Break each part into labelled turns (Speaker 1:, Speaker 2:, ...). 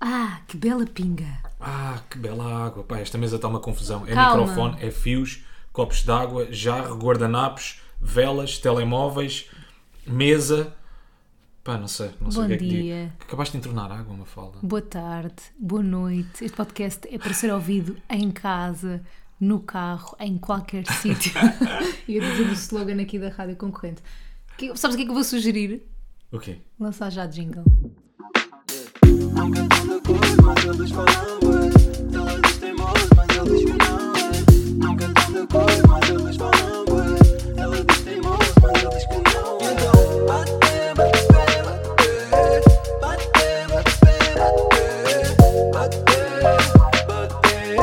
Speaker 1: Ah, que bela pinga.
Speaker 2: Ah, que bela água. Pá, esta mesa está uma confusão. É
Speaker 1: Calma.
Speaker 2: microfone, é fios, copos de água, jarro, guardanapos, velas, telemóveis, mesa. Pá, não sei. Não sei
Speaker 1: Bom
Speaker 2: o que é que
Speaker 1: dia.
Speaker 2: digo. Acabaste de entornar água, uma falda.
Speaker 1: Boa tarde, boa noite. Este podcast é para ser ouvido em casa, no carro, em qualquer sítio. Ia dizer o slogan aqui da rádio concorrente. Que- sabes o que é que eu vou sugerir?
Speaker 2: O quê?
Speaker 1: Lançar já jingle.
Speaker 3: Não cantam de cor, mas eles falam bué. Ela diz teimoso, é mas ele diz que não é. Não cantam de cor, mas eles falam bué. Ela diz teimoso, é mas ele diz que não é. Então, bate, bate, bate, bate. Bate, bate, bate,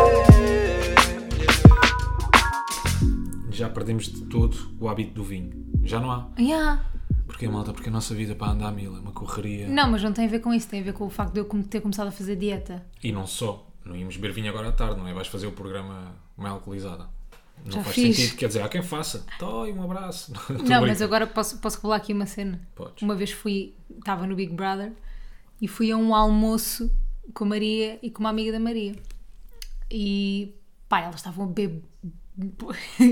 Speaker 3: bate.
Speaker 2: Já perdemos de todo o hábito do vinho. Já não há.
Speaker 1: Yeah.
Speaker 2: Porquê, malta? Porque a nossa vida para andar a mil é uma correria.
Speaker 1: Não, mas não tem a ver com isso, tem a ver com o facto de eu come- ter começado a fazer dieta.
Speaker 2: E não só. Não íamos beber vinho agora à tarde, não é? Vais fazer o programa meio alcoolizada. Não
Speaker 1: Já
Speaker 2: faz
Speaker 1: fiz.
Speaker 2: sentido. Quer dizer, há quem faça. Toi, um abraço. Estou
Speaker 1: não,
Speaker 2: a
Speaker 1: mas
Speaker 2: brincar.
Speaker 1: agora posso, posso revelar aqui uma cena.
Speaker 2: Podes.
Speaker 1: Uma vez fui, estava no Big Brother e fui a um almoço com a Maria e com uma amiga da Maria. E pá, elas estavam a beber.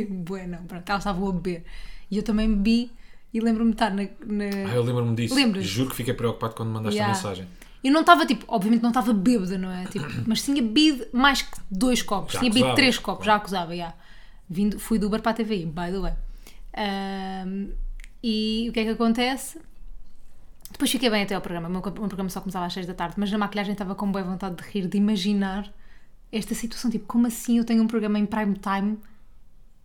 Speaker 1: Bué, não, pronto, elas estavam a beber. E eu também bebi e lembro-me de estar na. na-
Speaker 2: Ah, eu lembro-me disso.
Speaker 1: Lembras?
Speaker 2: Juro que fiquei preocupado quando mandaste
Speaker 1: Yeah.
Speaker 2: a mensagem.
Speaker 1: Eu não estava tipo, obviamente não estava bêbada, não é? Tipo, mas tinha bebido mais que dois copos,
Speaker 2: Já
Speaker 1: tinha bebido
Speaker 2: acusavas,
Speaker 1: três copos,
Speaker 2: claro.
Speaker 1: já acusava, já. Vindo, fui do Uber para a TVI, by the way. Ahm, e o que é que acontece? Depois fiquei bem até ao programa, o meu, o meu programa só começava às seis da tarde, mas na maquilhagem estava com boa vontade de rir, de imaginar esta situação, tipo, como assim eu tenho um programa em prime time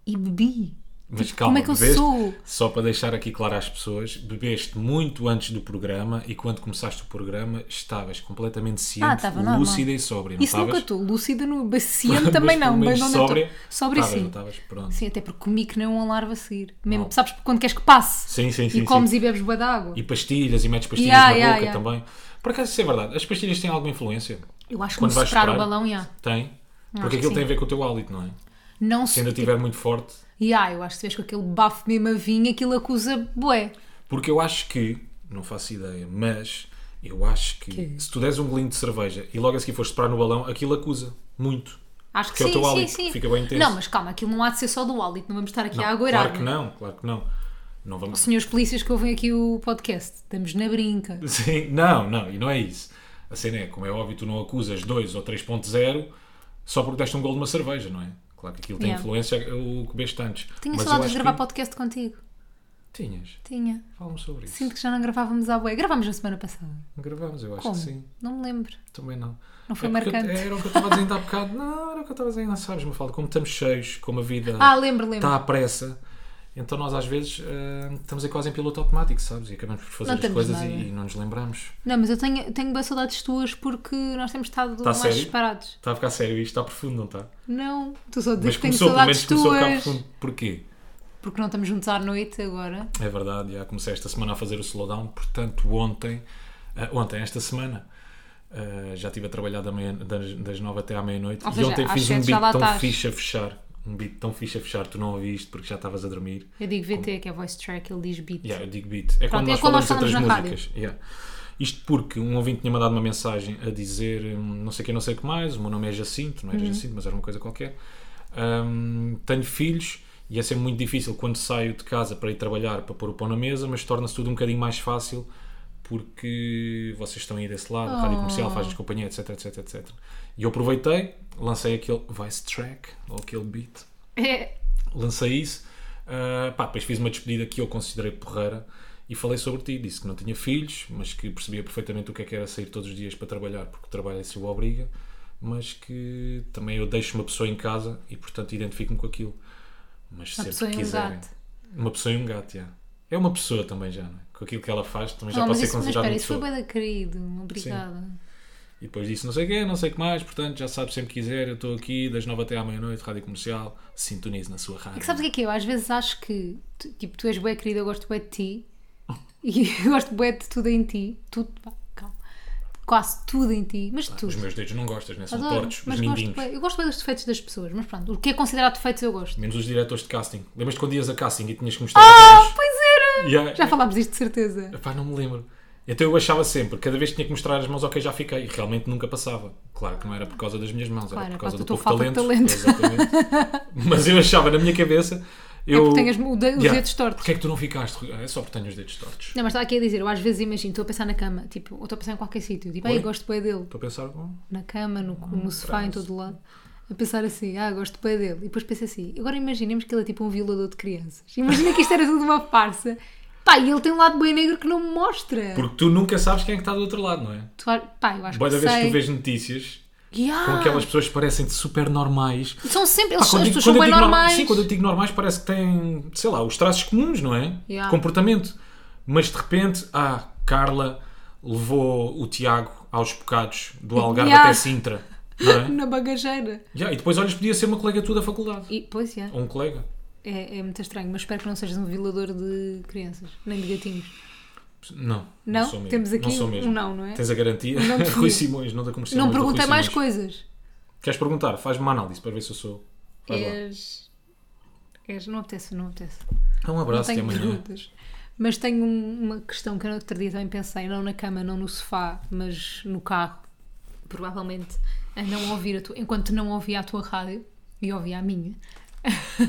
Speaker 1: e bebi?
Speaker 2: Mas
Speaker 1: Tipo,
Speaker 2: calma,
Speaker 1: como é que eu
Speaker 2: bebeste-
Speaker 1: sou?
Speaker 2: Só para deixar aqui claro às pessoas, bebeste muito antes do programa e quando começaste o programa estavas completamente
Speaker 1: Ah,
Speaker 2: ciente,
Speaker 1: estava normal.
Speaker 2: lúcida e sóbria. Não
Speaker 1: Isso
Speaker 2: estavas?
Speaker 1: nunca estou, lúcida, no baciante também
Speaker 2: pelo
Speaker 1: não, mas
Speaker 2: menos
Speaker 1: não
Speaker 2: sóbria, tá
Speaker 1: Sobre
Speaker 2: estavas,
Speaker 1: sim.
Speaker 2: não estavas? Pronto.
Speaker 1: Sim, até porque comi que nem um alarve a seguir. Mesmo,
Speaker 2: Não.
Speaker 1: sabes quando queres que passe?
Speaker 2: Sim, sim,
Speaker 1: E
Speaker 2: sim,
Speaker 1: comes
Speaker 2: sim.
Speaker 1: e bebes boa de água.
Speaker 2: E pastilhas e metes pastilhas
Speaker 1: Yeah,
Speaker 2: na
Speaker 1: yeah,
Speaker 2: boca
Speaker 1: yeah.
Speaker 2: também. Por acaso isso é verdade. As pastilhas têm alguma influência?
Speaker 1: Eu acho que
Speaker 2: Quando
Speaker 1: me
Speaker 2: vais
Speaker 1: soprar o
Speaker 2: soprar?
Speaker 1: balão, já.
Speaker 2: Tem.
Speaker 1: acho que
Speaker 2: Porque aquilo
Speaker 1: sim. Tipo
Speaker 2: tem a ver com o teu hálito, não é?
Speaker 1: Não
Speaker 2: Se
Speaker 1: se.
Speaker 2: ainda estiver muito forte.
Speaker 1: Ya, eu acho que se vês com aquele bafo mesmo a vinho, aquilo acusa bué.
Speaker 2: Porque eu acho que, não faço ideia, mas eu acho que,
Speaker 1: Que?
Speaker 2: se tu deres um golinho de cerveja e logo a seguir fores soprar no balão, aquilo acusa muito.
Speaker 1: Acho que
Speaker 2: Porque é o
Speaker 1: sim,
Speaker 2: teu
Speaker 1: sim,
Speaker 2: hálito,
Speaker 1: sim.
Speaker 2: fica bem intenso.
Speaker 1: Não, mas calma, aquilo não há de ser só do hálito, não vamos estar aqui a
Speaker 2: Não,
Speaker 1: agoirar.
Speaker 2: claro que não, claro que não. Não vamos.
Speaker 1: Senhores polícias que ouvem aqui o podcast, estamos na brinca.
Speaker 2: Sim, não, não, e não é isso. A cena é, como é óbvio, tu não acusas 2 ou 3.0 só porque deste um gol de uma cerveja, não é? Claro que aquilo tem
Speaker 1: Yeah.
Speaker 2: influência, eu que bebeste antes.
Speaker 1: Tinha
Speaker 2: Mas eu
Speaker 1: saudades
Speaker 2: acho
Speaker 1: de gravar
Speaker 2: que...
Speaker 1: podcast contigo.
Speaker 2: Tinhas.
Speaker 1: Tinha.
Speaker 2: Fala-me sobre isso.
Speaker 1: Sinto que já não gravávamos à bué. Gravámos na semana passada.
Speaker 2: Gravámos, eu acho
Speaker 1: Como?
Speaker 2: que sim.
Speaker 1: Não me lembro.
Speaker 2: Também não. É
Speaker 1: Não foi
Speaker 2: porque eu-
Speaker 1: marcante.
Speaker 2: era o que eu estava a dizer ainda há bocado. Não, era o que eu estava a dizer ainda, sabes, me fala, como estamos cheios, como a vida
Speaker 1: Ah, lembro, lembro.
Speaker 2: está à pressa, então nós às vezes eh, estamos aí quase em piloto automático, sabes? E acabamos por fazer
Speaker 1: Não
Speaker 2: as
Speaker 1: temos
Speaker 2: coisas
Speaker 1: nada.
Speaker 2: e, e não nos lembramos.
Speaker 1: Não, mas eu tenho, eu tenho bem saudades tuas porque nós temos estado mais
Speaker 2: Tá sério?
Speaker 1: separados.
Speaker 2: Está Tá a ficar sério isto, está profundo, não está?
Speaker 1: Não, tu só dizes
Speaker 2: Mas
Speaker 1: que tenho
Speaker 2: começou, pelo menos
Speaker 1: saudades
Speaker 2: começou a ficar
Speaker 1: tuas.
Speaker 2: profundo. Porquê?
Speaker 1: Porque não estamos juntos à noite agora.
Speaker 2: É verdade, já comecei esta semana a fazer o slowdown, portanto, ontem, ah, ontem, esta semana, ah, já estive a trabalhar da meia- das, das nove até à meia-noite
Speaker 1: Ou
Speaker 2: e
Speaker 1: seja,
Speaker 2: ontem
Speaker 1: às
Speaker 2: fiz um
Speaker 1: sete já lá
Speaker 2: beat tão
Speaker 1: estás.
Speaker 2: fixe a fechar. Um beat tão fixe a fechar, tu não ouviste porque já estavas a dormir.
Speaker 1: Eu digo VT, que é voice track, ele diz beat.
Speaker 2: Yeah, eu digo beat. É quando
Speaker 1: é
Speaker 2: nós
Speaker 1: quando nós
Speaker 2: falamos
Speaker 1: falamos
Speaker 2: outras
Speaker 1: na rádio.
Speaker 2: músicas. Yeah. Isto porque um ouvinte tinha mandado uma mensagem a dizer hum, não sei quem, não sei o que mais, o meu nome é Jacinto, não era
Speaker 1: Uhum.
Speaker 2: Jacinto, mas era uma coisa qualquer. Hum, tenho filhos e é sempre muito difícil quando saio de casa para ir trabalhar para pôr o pão na mesa, mas torna-se tudo um bocadinho mais fácil porque vocês estão aí desse lado, a rádio comercial, faz-nos
Speaker 1: Oh.
Speaker 2: companhia, etc, etc, etc. E eu aproveitei, lancei aquele voice track, ou aquele beat,
Speaker 1: É,
Speaker 2: lancei isso. Ah, pá, depois fiz uma despedida que eu considerei porreira e falei sobre ti. Disse que não tinha filhos, mas que percebia perfeitamente o que é que era sair todos os dias para trabalhar, porque o trabalho se o obriga, mas que também eu deixo uma pessoa em casa e, portanto, identifico-me com aquilo. Mas
Speaker 1: uma
Speaker 2: sempre
Speaker 1: pessoa
Speaker 2: que
Speaker 1: e um
Speaker 2: quiserem.
Speaker 1: gato.
Speaker 2: Uma pessoa e um gato, já. É uma pessoa também, já, não é? Com aquilo que ela faz, também já
Speaker 1: não, mas
Speaker 2: pode ser
Speaker 1: isso, mas
Speaker 2: considerado
Speaker 1: espera,
Speaker 2: uma
Speaker 1: isso foi
Speaker 2: pessoa.
Speaker 1: bem da querido. Obrigada.
Speaker 2: E depois disse não sei o quê, não sei o que mais, portanto, já sabe sempre que quiser, eu estou aqui das nove até à meia-noite, rádio comercial, sintonize na sua rádio.
Speaker 1: É que sabes o que é que eu? Às vezes acho que, tu, tipo, tu és bué querida, eu gosto bué de ti. E eu gosto bué de tudo em ti. Tudo, vá, calma. Quase tudo em ti, mas tudo.
Speaker 2: Os meus dedos não gostas, né? são
Speaker 1: Adoro,
Speaker 2: tortos, os
Speaker 1: mas gosto
Speaker 2: mindinhos.
Speaker 1: bué- eu gosto bem dos defeitos das pessoas, mas pronto, o que é considerado defeitos eu gosto.
Speaker 2: Menos os diretores de casting. Lembras-te quando ias a casting e tinhas que mostrar ah,
Speaker 1: Pois era!
Speaker 2: Yeah.
Speaker 1: Já falámos disto de certeza. É
Speaker 2: Epá, não me lembro. Então eu achava sempre, cada vez que tinha que mostrar as mãos, ok, já fiquei. E realmente nunca passava. Claro que não era por causa das minhas mãos,
Speaker 1: Claro,
Speaker 2: era
Speaker 1: é
Speaker 2: por causa
Speaker 1: por
Speaker 2: do
Speaker 1: tua
Speaker 2: pouco
Speaker 1: falta de
Speaker 2: talento.
Speaker 1: talento.
Speaker 2: Exatamente. Mas eu achava na minha cabeça. Eu,
Speaker 1: É porque tenho as- o de- os
Speaker 2: Yeah.
Speaker 1: dedos tortos.
Speaker 2: Porquê é que tu não ficaste? Rui? Ah, É só porque tenho os dedos tortos.
Speaker 1: Não, mas está aqui a dizer, eu às vezes imagino, estou a pensar na cama, tipo, ou estou a pensar em qualquer sítio, tipo, ai,
Speaker 2: Oi?
Speaker 1: gosto bem dele,
Speaker 2: Estou a pensar, bom,
Speaker 1: na cama, no, no sofá, em
Speaker 2: parece.
Speaker 1: todo lado, a pensar assim, ah, gosto bem dele, e depois penso assim, agora imaginemos que ele é tipo um violador de crianças, imagina que isto era tudo uma farsa, pá, e ele tem um lado bem negro que não me mostra.
Speaker 2: porque tu nunca sabes quem é que está do outro lado, não é?
Speaker 1: Tu, a- pá, eu acho
Speaker 2: Boa da
Speaker 1: que
Speaker 2: vez que
Speaker 1: sei. Ah.
Speaker 2: tu vês notícias
Speaker 1: Yeah.
Speaker 2: com aquelas pessoas que parecem super normais.
Speaker 1: São sempre,
Speaker 2: Pá,
Speaker 1: eles,
Speaker 2: quando
Speaker 1: as
Speaker 2: digo-
Speaker 1: pessoas
Speaker 2: quando
Speaker 1: são
Speaker 2: eu
Speaker 1: bem
Speaker 2: digo norma-
Speaker 1: normais.
Speaker 2: Sim, quando eu digo normais parece que têm, sei lá, os traços comuns, não é?
Speaker 1: Yeah.
Speaker 2: Comportamento. Mas de repente, ah, Carla levou o Tiago aos bocados do Algarve
Speaker 1: Yeah.
Speaker 2: até Sintra, não é?
Speaker 1: Na bagageira.
Speaker 2: Yeah, e depois olhas, podia ser uma colega tua da faculdade.
Speaker 1: E, pois, yeah.
Speaker 2: Ou um colega.
Speaker 1: é, é muito estranho, mas espero que não sejas um violador de crianças, nem de gatinhos.
Speaker 2: Não.
Speaker 1: Não?
Speaker 2: sou mesmo.
Speaker 1: Temos aqui
Speaker 2: não sou
Speaker 1: um
Speaker 2: mesmo.
Speaker 1: não, não é?
Speaker 2: Tens a garantia.
Speaker 1: Não te
Speaker 2: Rui
Speaker 1: vi.
Speaker 2: Simões, não da comercial.
Speaker 1: Não
Speaker 2: mas do Rui
Speaker 1: perguntei mais
Speaker 2: Simões.
Speaker 1: coisas.
Speaker 2: Queres perguntar? Faz-me uma análise para ver se eu sou. Vai
Speaker 1: É,
Speaker 2: lá.
Speaker 1: És... és- Não apetece, não apetece.
Speaker 2: É um
Speaker 1: Não
Speaker 2: abraço até
Speaker 1: tenho
Speaker 2: amanhã.
Speaker 1: perguntas. Mas tenho um- uma questão que eu no outro dia também pensei, não na cama, não no sofá, mas no carro. Provavelmente a não ouvir a tua. Enquanto não ouvia a tua rádio e ouvia a minha,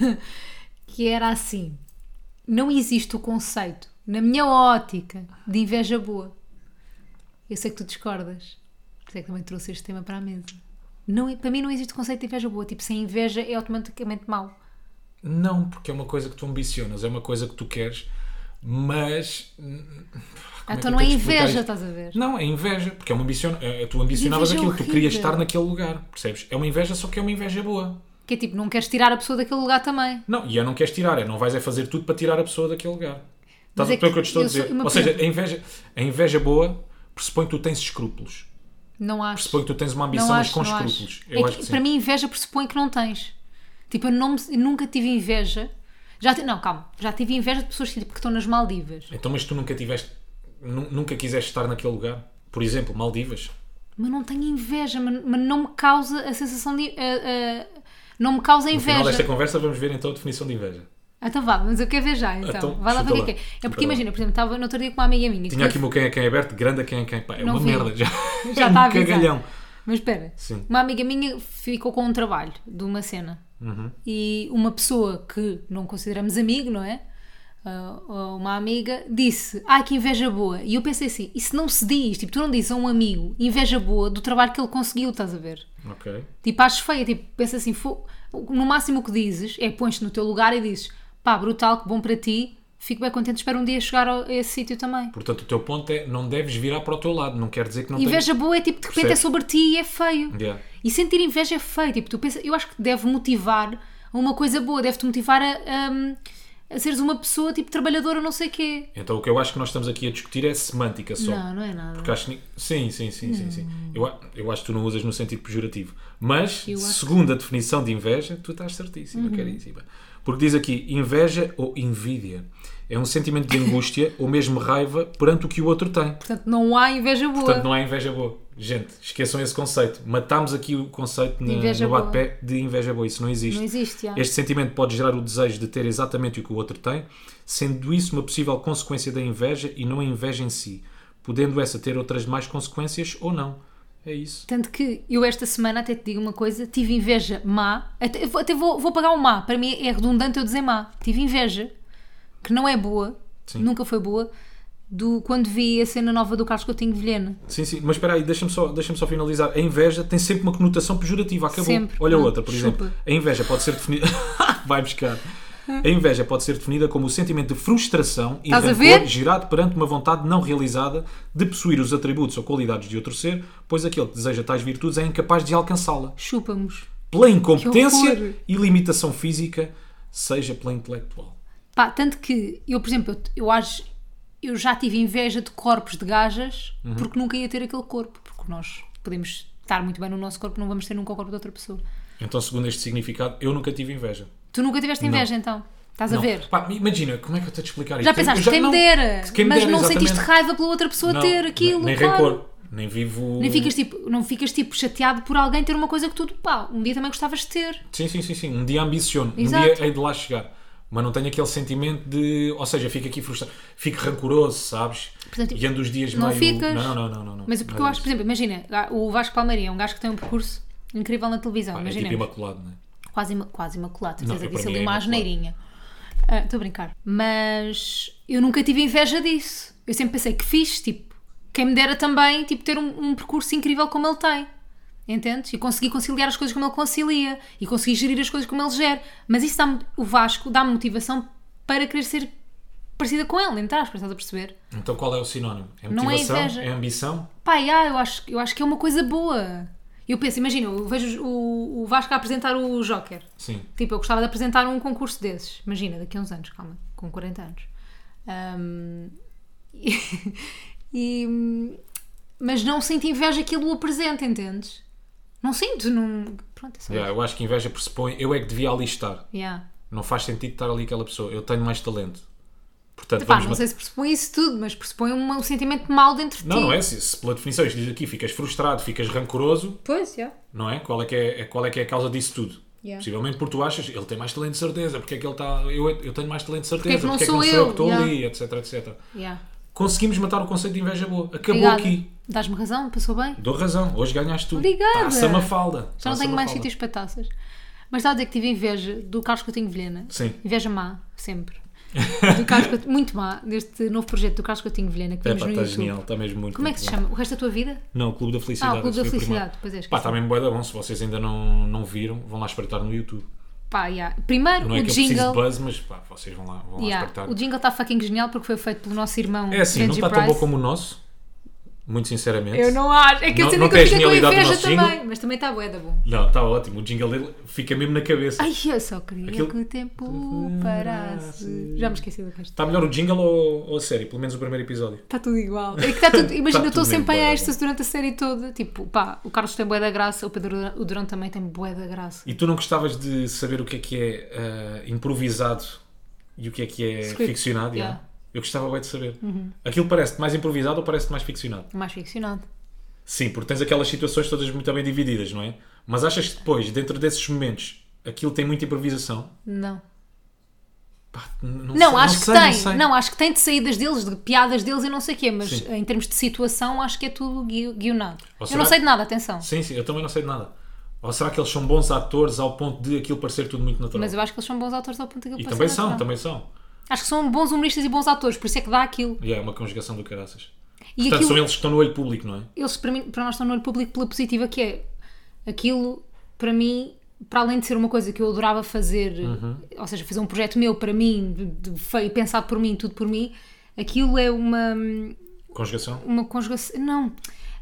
Speaker 1: que era assim: não existe o conceito, na minha ótica, de inveja boa. Eu sei que tu discordas, por isso é que também trouxe este tema para a mesa. Não, para mim não existe o conceito de inveja boa. Tipo, sem inveja é automaticamente mau.
Speaker 2: Não, porque é uma coisa que tu ambicionas, é uma coisa que tu queres, mas. hum, como que
Speaker 1: então
Speaker 2: eu
Speaker 1: não é
Speaker 2: tenho de explicar
Speaker 1: inveja,
Speaker 2: isto?
Speaker 1: estás a ver?
Speaker 2: Não, é inveja, porque é uma ambiciona, é- tu ambicionavas
Speaker 1: Inveja
Speaker 2: aquilo, tu querias
Speaker 1: horrível.
Speaker 2: estar naquele lugar, percebes? É uma inveja, só que é uma inveja boa.
Speaker 1: Que é tipo, não queres tirar a pessoa daquele lugar também.
Speaker 2: Não, e eu não queres tirar, é não vais é fazer tudo para tirar a pessoa daquele lugar.
Speaker 1: Mas
Speaker 2: Estás
Speaker 1: é
Speaker 2: a perceber o
Speaker 1: que
Speaker 2: que eu te estou a
Speaker 1: eu sou-
Speaker 2: dizer?
Speaker 1: uma
Speaker 2: Ou seja,
Speaker 1: pergunta.
Speaker 2: a inveja, a inveja boa pressupõe que tu tens escrúpulos.
Speaker 1: Não acho.
Speaker 2: Pressupõe que tu tens uma ambição,
Speaker 1: não
Speaker 2: mas
Speaker 1: acho,
Speaker 2: com
Speaker 1: não acho.
Speaker 2: escrúpulos.
Speaker 1: É
Speaker 2: Eu
Speaker 1: que,
Speaker 2: acho que sim.
Speaker 1: Para mim, inveja pressupõe que não tens. Tipo, eu, não me- eu nunca tive inveja. Já ti- Não, calma. Já tive inveja de pessoas que, tipo, que estão nas Maldivas.
Speaker 2: Então, mas tu nunca tiveste, nu- nunca quiseste estar naquele lugar? Por exemplo, Maldivas.
Speaker 1: Mas não tenho inveja. Mas, mas não me causa a sensação de... a- a- não me causa
Speaker 2: No final desta
Speaker 1: inveja.
Speaker 2: conversa vamos ver então a definição de inveja.
Speaker 1: Então vá, mas eu quero ver já, então.
Speaker 2: Então,
Speaker 1: Vai lá ver o
Speaker 2: chuta
Speaker 1: que é que é.
Speaker 2: lá.
Speaker 1: É
Speaker 2: Chuta
Speaker 1: porque
Speaker 2: lá.
Speaker 1: imagina, por exemplo, estava no outro dia com uma amiga minha.
Speaker 2: Tinha
Speaker 1: que
Speaker 2: aqui o meu quem é quem é aberto, grande a quem é quem é pá. É
Speaker 1: Não
Speaker 2: uma
Speaker 1: vi.
Speaker 2: merda já.
Speaker 1: Já
Speaker 2: é um
Speaker 1: está a avisar.
Speaker 2: cagalhão.
Speaker 1: Mas espera,
Speaker 2: Sim.
Speaker 1: uma amiga minha ficou com um trabalho de uma cena
Speaker 2: Uhum.
Speaker 1: e uma pessoa que não consideramos amigo, não é? Ah, uma amiga disse: Ai que inveja boa! E eu pensei assim: Isso não se diz, tipo, tu não dizes a um amigo inveja boa do trabalho que ele conseguiu, estás a ver?
Speaker 2: Ok.
Speaker 1: Tipo, acho feia, tipo, pensa assim: "Fo- No máximo o que dizes é pões-te no teu lugar e dizes: Pá, brutal, que bom para ti, fico bem contente, espero um dia chegar ao- a esse sítio também.
Speaker 2: Portanto, o teu ponto é não deves virar para o teu lado. Não quer dizer que não
Speaker 1: Inveja boa é tipo, de repente é
Speaker 2: Percebes?
Speaker 1: sobre ti e é feio.
Speaker 2: tenhas... Yeah.
Speaker 1: E sentir inveja é feio. Tipo, tu pensa, eu acho que deve motivar a uma coisa boa, deve-te motivar a, hum, a, a seres uma pessoa tipo trabalhadora, não sei quê.
Speaker 2: Então o que eu acho que nós estamos aqui a discutir é semântica só.
Speaker 1: Não, não é nada.
Speaker 2: Porque acho que... ni- Sim, sim, sim, sim, sim. Eu, a- eu acho que tu não usas no sentido pejorativo. Mas,
Speaker 1: Eu acho Uhum.
Speaker 2: segundo a definição de inveja, tu estás certíssima, caríssima. Porque diz aqui, inveja ou invídia é um sentimento de angústia ou mesmo raiva perante o que o outro tem.
Speaker 1: Portanto, não há inveja boa.
Speaker 2: Portanto, não há inveja boa. Gente, esqueçam esse conceito. Matámos aqui o conceito na,
Speaker 1: inveja
Speaker 2: no
Speaker 1: boa.
Speaker 2: bate-pé de inveja boa. Isso não existe.
Speaker 1: Não existe, já.
Speaker 2: Este sentimento pode gerar o desejo de ter exatamente o que o outro tem, sendo isso uma possível consequência da inveja e não a inveja em si, podendo essa ter outras demais consequências ou não. É isso.
Speaker 1: Tanto que eu esta semana até te digo uma coisa, tive inveja má, até, eu vou- até vou, vou pagar o má, para mim é redundante eu dizer má. Tive inveja, que não é boa,
Speaker 2: Sim.
Speaker 1: nunca foi boa, do quando vi a cena nova do Carlos Coutinho de Vilhena.
Speaker 2: Sim, sim. Mas espera aí, deixa-me só, deixa só finalizar. A inveja tem sempre uma conotação pejorativa. Acabou.
Speaker 1: Sempre.
Speaker 2: Olha
Speaker 1: Pronto,
Speaker 2: outra, por
Speaker 1: chupa. Ah.
Speaker 2: exemplo. A inveja pode ser definida... Vai buscar. A inveja pode ser definida como o sentimento de frustração e
Speaker 1: Estás a
Speaker 2: rancor
Speaker 1: ver?
Speaker 2: gerado perante uma vontade não realizada de possuir os atributos ou qualidades de outro ser, pois aquele que deseja tais virtudes é incapaz de alcançá-la.
Speaker 1: Chupa-mos.
Speaker 2: pela
Speaker 1: Que horror.
Speaker 2: incompetência e limitação física, seja pela intelectual.
Speaker 1: Pá, tanto que eu, por exemplo, eu, eu acho eu já tive inveja de corpos de gajas
Speaker 2: Uhum.
Speaker 1: porque nunca ia ter aquele corpo, porque nós podemos estar muito bem no nosso corpo, não vamos ter nunca o corpo de outra pessoa.
Speaker 2: Então, segundo este significado, eu nunca tive inveja.
Speaker 1: Tu nunca tiveste inveja, então? Estás a
Speaker 2: Não.
Speaker 1: ver?
Speaker 2: Pá, imagina, como é que eu tenho de explicar
Speaker 1: Já
Speaker 2: isto?
Speaker 1: pensaste,
Speaker 2: Eu já-
Speaker 1: quem me
Speaker 2: não,
Speaker 1: dera,
Speaker 2: quem me
Speaker 1: mas
Speaker 2: dera,
Speaker 1: não
Speaker 2: exatamente.
Speaker 1: sentiste raiva pela outra pessoa
Speaker 2: Não,
Speaker 1: ter aquilo,
Speaker 2: Nem
Speaker 1: claro.
Speaker 2: rancor, nem vivo...
Speaker 1: Nem ficas, tipo, não ficas tipo chateado por alguém ter uma coisa que tu, pá, um dia também gostavas de ter.
Speaker 2: Sim, sim, sim, sim. Um dia ambiciono,
Speaker 1: Exato.
Speaker 2: um dia hei de lá chegar. Mas não tenho aquele sentimento de. Ou seja, fico aqui frustrado, fico rancoroso, sabes?
Speaker 1: Portanto,
Speaker 2: e ando os dias
Speaker 1: não
Speaker 2: meio.
Speaker 1: ficas?
Speaker 2: Não, não, não, não, não.
Speaker 1: Mas porque eu
Speaker 2: Nada
Speaker 1: acho, por exemplo,
Speaker 2: disso.
Speaker 1: imagina, o Vasco Palmaria é um gajo que tem um percurso incrível na televisão,
Speaker 2: Pá, É tipo
Speaker 1: imaginemos.
Speaker 2: imaculado, não é?
Speaker 1: quase, ima- quase imaculado,
Speaker 2: Não,
Speaker 1: certeza
Speaker 2: eu
Speaker 1: que disse
Speaker 2: para
Speaker 1: ali
Speaker 2: mim é
Speaker 1: uma
Speaker 2: imaculado.
Speaker 1: asneirinha. Ah, Estou a brincar. Mas eu nunca tive inveja disso. Eu sempre pensei que fiz, tipo, quem me dera também, tipo, ter um, um percurso incrível como ele tem. Entendes? E conseguir conciliar as coisas como ele concilia. E conseguir gerir as coisas como ele gera. Mas isso dá-me, o Vasco dá-me motivação para querer ser parecida com ele, entre aspas, estás a perceber?
Speaker 2: Então qual é o sinónimo? É
Speaker 1: Não é
Speaker 2: motivação?
Speaker 1: inveja.
Speaker 2: é ambição?
Speaker 1: Pai, ah, eu acho, eu acho que é uma coisa boa. Eu penso, imagina, eu vejo o, o Vasco a apresentar o Joker.
Speaker 2: Sim.
Speaker 1: Tipo, eu gostava de apresentar um concurso desses. Imagina, daqui a uns anos, calma, com 40 anos. Ahm, e, e- mas não sinto inveja que ele o apresente, entendes? Não sinto, não. Pronto, é só
Speaker 2: Yeah,
Speaker 1: isso.
Speaker 2: eu acho que inveja pressupõe. Eu é que devia ali estar.
Speaker 1: Yeah.
Speaker 2: Não faz sentido estar ali aquela pessoa. Eu tenho mais talento. Portanto,
Speaker 1: Epá,
Speaker 2: vamos
Speaker 1: não
Speaker 2: mat-
Speaker 1: sei se pressupõe isso tudo, mas pressupõe um, um sentimento mal dentro de
Speaker 2: Não,
Speaker 1: ti.
Speaker 2: não é. Se, se pela definição isto diz aqui, ficas frustrado, ficas rancoroso,
Speaker 1: Pois, yeah.
Speaker 2: não é? Qual é que é, é- qual é, que é a causa disso tudo?
Speaker 1: Yeah.
Speaker 2: Possivelmente porque tu achas, ele tem mais talento de certeza, porque é que ele está. Eu, eu tenho mais talento de certeza,
Speaker 1: não
Speaker 2: porque é que
Speaker 1: sou
Speaker 2: não sou
Speaker 1: eu?
Speaker 2: eu que estou
Speaker 1: Yeah.
Speaker 2: ali, etc, etc.
Speaker 1: yeah.
Speaker 2: Conseguimos matar o conceito de inveja boa. Acabou
Speaker 1: Obrigada.
Speaker 2: aqui.
Speaker 1: Dás-me razão, passou bem?
Speaker 2: Dou razão, hoje ganhaste tu.
Speaker 1: Obrigada.
Speaker 2: Passa uma falda.
Speaker 1: Já não tenho mais sítios para taças. Mas estava a dizer que tive inveja do Carlos Coutinho Vilhena.
Speaker 2: Sim.
Speaker 1: Inveja má, sempre. Do Carlos Coutinho- muito má, deste novo projeto do Carlos Coutinho Vilhena que
Speaker 2: É
Speaker 1: vimos no
Speaker 2: está
Speaker 1: YouTube.
Speaker 2: genial, está mesmo muito
Speaker 1: Como é
Speaker 2: muito
Speaker 1: que se
Speaker 2: bom.
Speaker 1: chama? O resto da tua vida?
Speaker 2: Não, o Clube da Felicidade.
Speaker 1: Ah, o Clube da
Speaker 2: esse foi
Speaker 1: Felicidade,
Speaker 2: primeiro.
Speaker 1: pois é, esqueci.
Speaker 2: Pá, está mesmo bué da bom. Se vocês ainda não, não viram, vão lá espreitar no YouTube.
Speaker 1: Pá, yeah. Primeiro,
Speaker 2: Não
Speaker 1: o
Speaker 2: é que eu preciso de
Speaker 1: jingle.
Speaker 2: buzz, mas pá, vocês vão lá, vão
Speaker 1: Yeah.
Speaker 2: lá espreitar.
Speaker 1: O jingle está fucking genial porque foi feito pelo nosso irmão
Speaker 2: É assim, não
Speaker 1: Benji
Speaker 2: está tão
Speaker 1: Price.
Speaker 2: bom como o nosso, muito sinceramente.
Speaker 1: Eu não acho. É que eu
Speaker 2: Não-
Speaker 1: sabia
Speaker 2: não
Speaker 1: que eu
Speaker 2: tem
Speaker 1: fiquei com
Speaker 2: genialidade do
Speaker 1: inveja
Speaker 2: nosso
Speaker 1: também. Mas também está bué da bom.
Speaker 2: Não, está ótimo. O jingle dele fica mesmo na cabeça.
Speaker 1: Ai, eu só queria
Speaker 2: Aquilo-
Speaker 1: que o tempo parasse. Já me esqueci do resto.
Speaker 2: Está Tá melhor o jingle ou, ou a série? Pelo menos o primeiro episódio.
Speaker 1: Está tudo igual. É que está tudo, imagina,
Speaker 2: Tá
Speaker 1: eu estou
Speaker 2: tudo
Speaker 1: sempre
Speaker 2: mesmo
Speaker 1: a
Speaker 2: bué da
Speaker 1: estas durante a série toda. Tipo, pá, o Carlos tem bué da graça, o Pedro Durão- o Durão também tem bué da graça.
Speaker 2: E tu não gostavas de saber o que é que é ah, improvisado e o que é que é
Speaker 1: Script.
Speaker 2: ficcionado?
Speaker 1: Yeah. Uhum.
Speaker 2: yeah? Eu gostava bem de saber. Aquilo parece-te mais improvisado ou parece-te mais ficcionado?
Speaker 1: É Mais ficcionado.
Speaker 2: Sim, porque tens aquelas situações todas muito bem divididas, não é? Mas achas que depois, dentro desses momentos, aquilo tem muita improvisação?
Speaker 1: Não.
Speaker 2: Pá, n- não,
Speaker 1: Não,
Speaker 2: sei-
Speaker 1: acho
Speaker 2: sei,
Speaker 1: que tem.
Speaker 2: sei.
Speaker 1: Não, acho que tem de saídas deles, de piadas deles e não sei o quê, mas
Speaker 2: Sim.
Speaker 1: em termos de situação acho que é tudo gui- guionado.
Speaker 2: Ou
Speaker 1: Eu
Speaker 2: será-
Speaker 1: não sei de nada, atenção.
Speaker 2: Sim, sim, eu também não sei de nada. Ou será que eles são bons atores ao ponto de aquilo parecer tudo muito natural?
Speaker 1: Mas eu acho que eles são bons autores ao ponto daquilo
Speaker 2: e
Speaker 1: parecer
Speaker 2: também são,
Speaker 1: natural.
Speaker 2: também são.
Speaker 1: Acho que são bons humoristas e bons atores, por isso é que dá aquilo.
Speaker 2: E é uma conjugação do caraças.
Speaker 1: E
Speaker 2: Portanto,
Speaker 1: aquilo,
Speaker 2: são eles que estão no olho público, não é?
Speaker 1: eles para, mim, para nós estão no olho público pela positiva que é aquilo para mim para além de ser uma coisa que eu adorava fazer
Speaker 2: Uhum.
Speaker 1: ou seja fazer um projeto meu para mim de- de- feio pensado por mim tudo por mim aquilo é uma
Speaker 2: Conjugação?
Speaker 1: uma conjugação não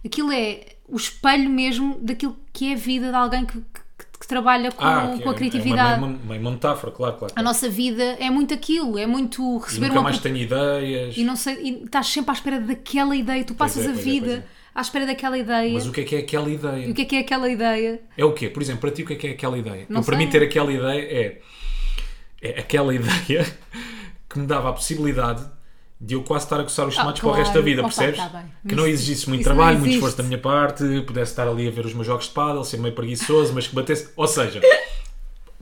Speaker 1: aquilo é o espelho mesmo daquilo que é a vida de alguém que, que- que trabalha com,
Speaker 2: ok,
Speaker 1: com a
Speaker 2: é-
Speaker 1: criatividade
Speaker 2: É uma, uma, uma- uma metáfora, claro, claro.
Speaker 1: a nossa vida é muito aquilo é muito
Speaker 2: e
Speaker 1: receber
Speaker 2: nunca
Speaker 1: uma
Speaker 2: mais tenho ideias.
Speaker 1: e não sei e estás sempre à espera daquela ideia tu
Speaker 2: Pois é,
Speaker 1: passas a
Speaker 2: pois é,
Speaker 1: vida
Speaker 2: pois é.
Speaker 1: à espera daquela ideia
Speaker 2: Mas o que é que é aquela ideia?
Speaker 1: e o que é que é aquela ideia
Speaker 2: É o quê? Por exemplo, para ti o que é que é aquela ideia?
Speaker 1: Não
Speaker 2: Eu, para
Speaker 1: sei.
Speaker 2: mim ter aquela ideia é, é aquela ideia que me dava a possibilidade de eu quase estar a coçar os
Speaker 1: Ah,
Speaker 2: tomates
Speaker 1: claro.
Speaker 2: para o resto da vida,
Speaker 1: Opa,
Speaker 2: percebes?
Speaker 1: tá bem.
Speaker 2: que não
Speaker 1: Isso-
Speaker 2: exigisse muito
Speaker 1: isso não
Speaker 2: trabalho, muito
Speaker 1: existe.
Speaker 2: esforço da minha parte, pudesse estar ali a ver os meus jogos de paddle, ser meio preguiçoso, mas que batesse. Ou seja,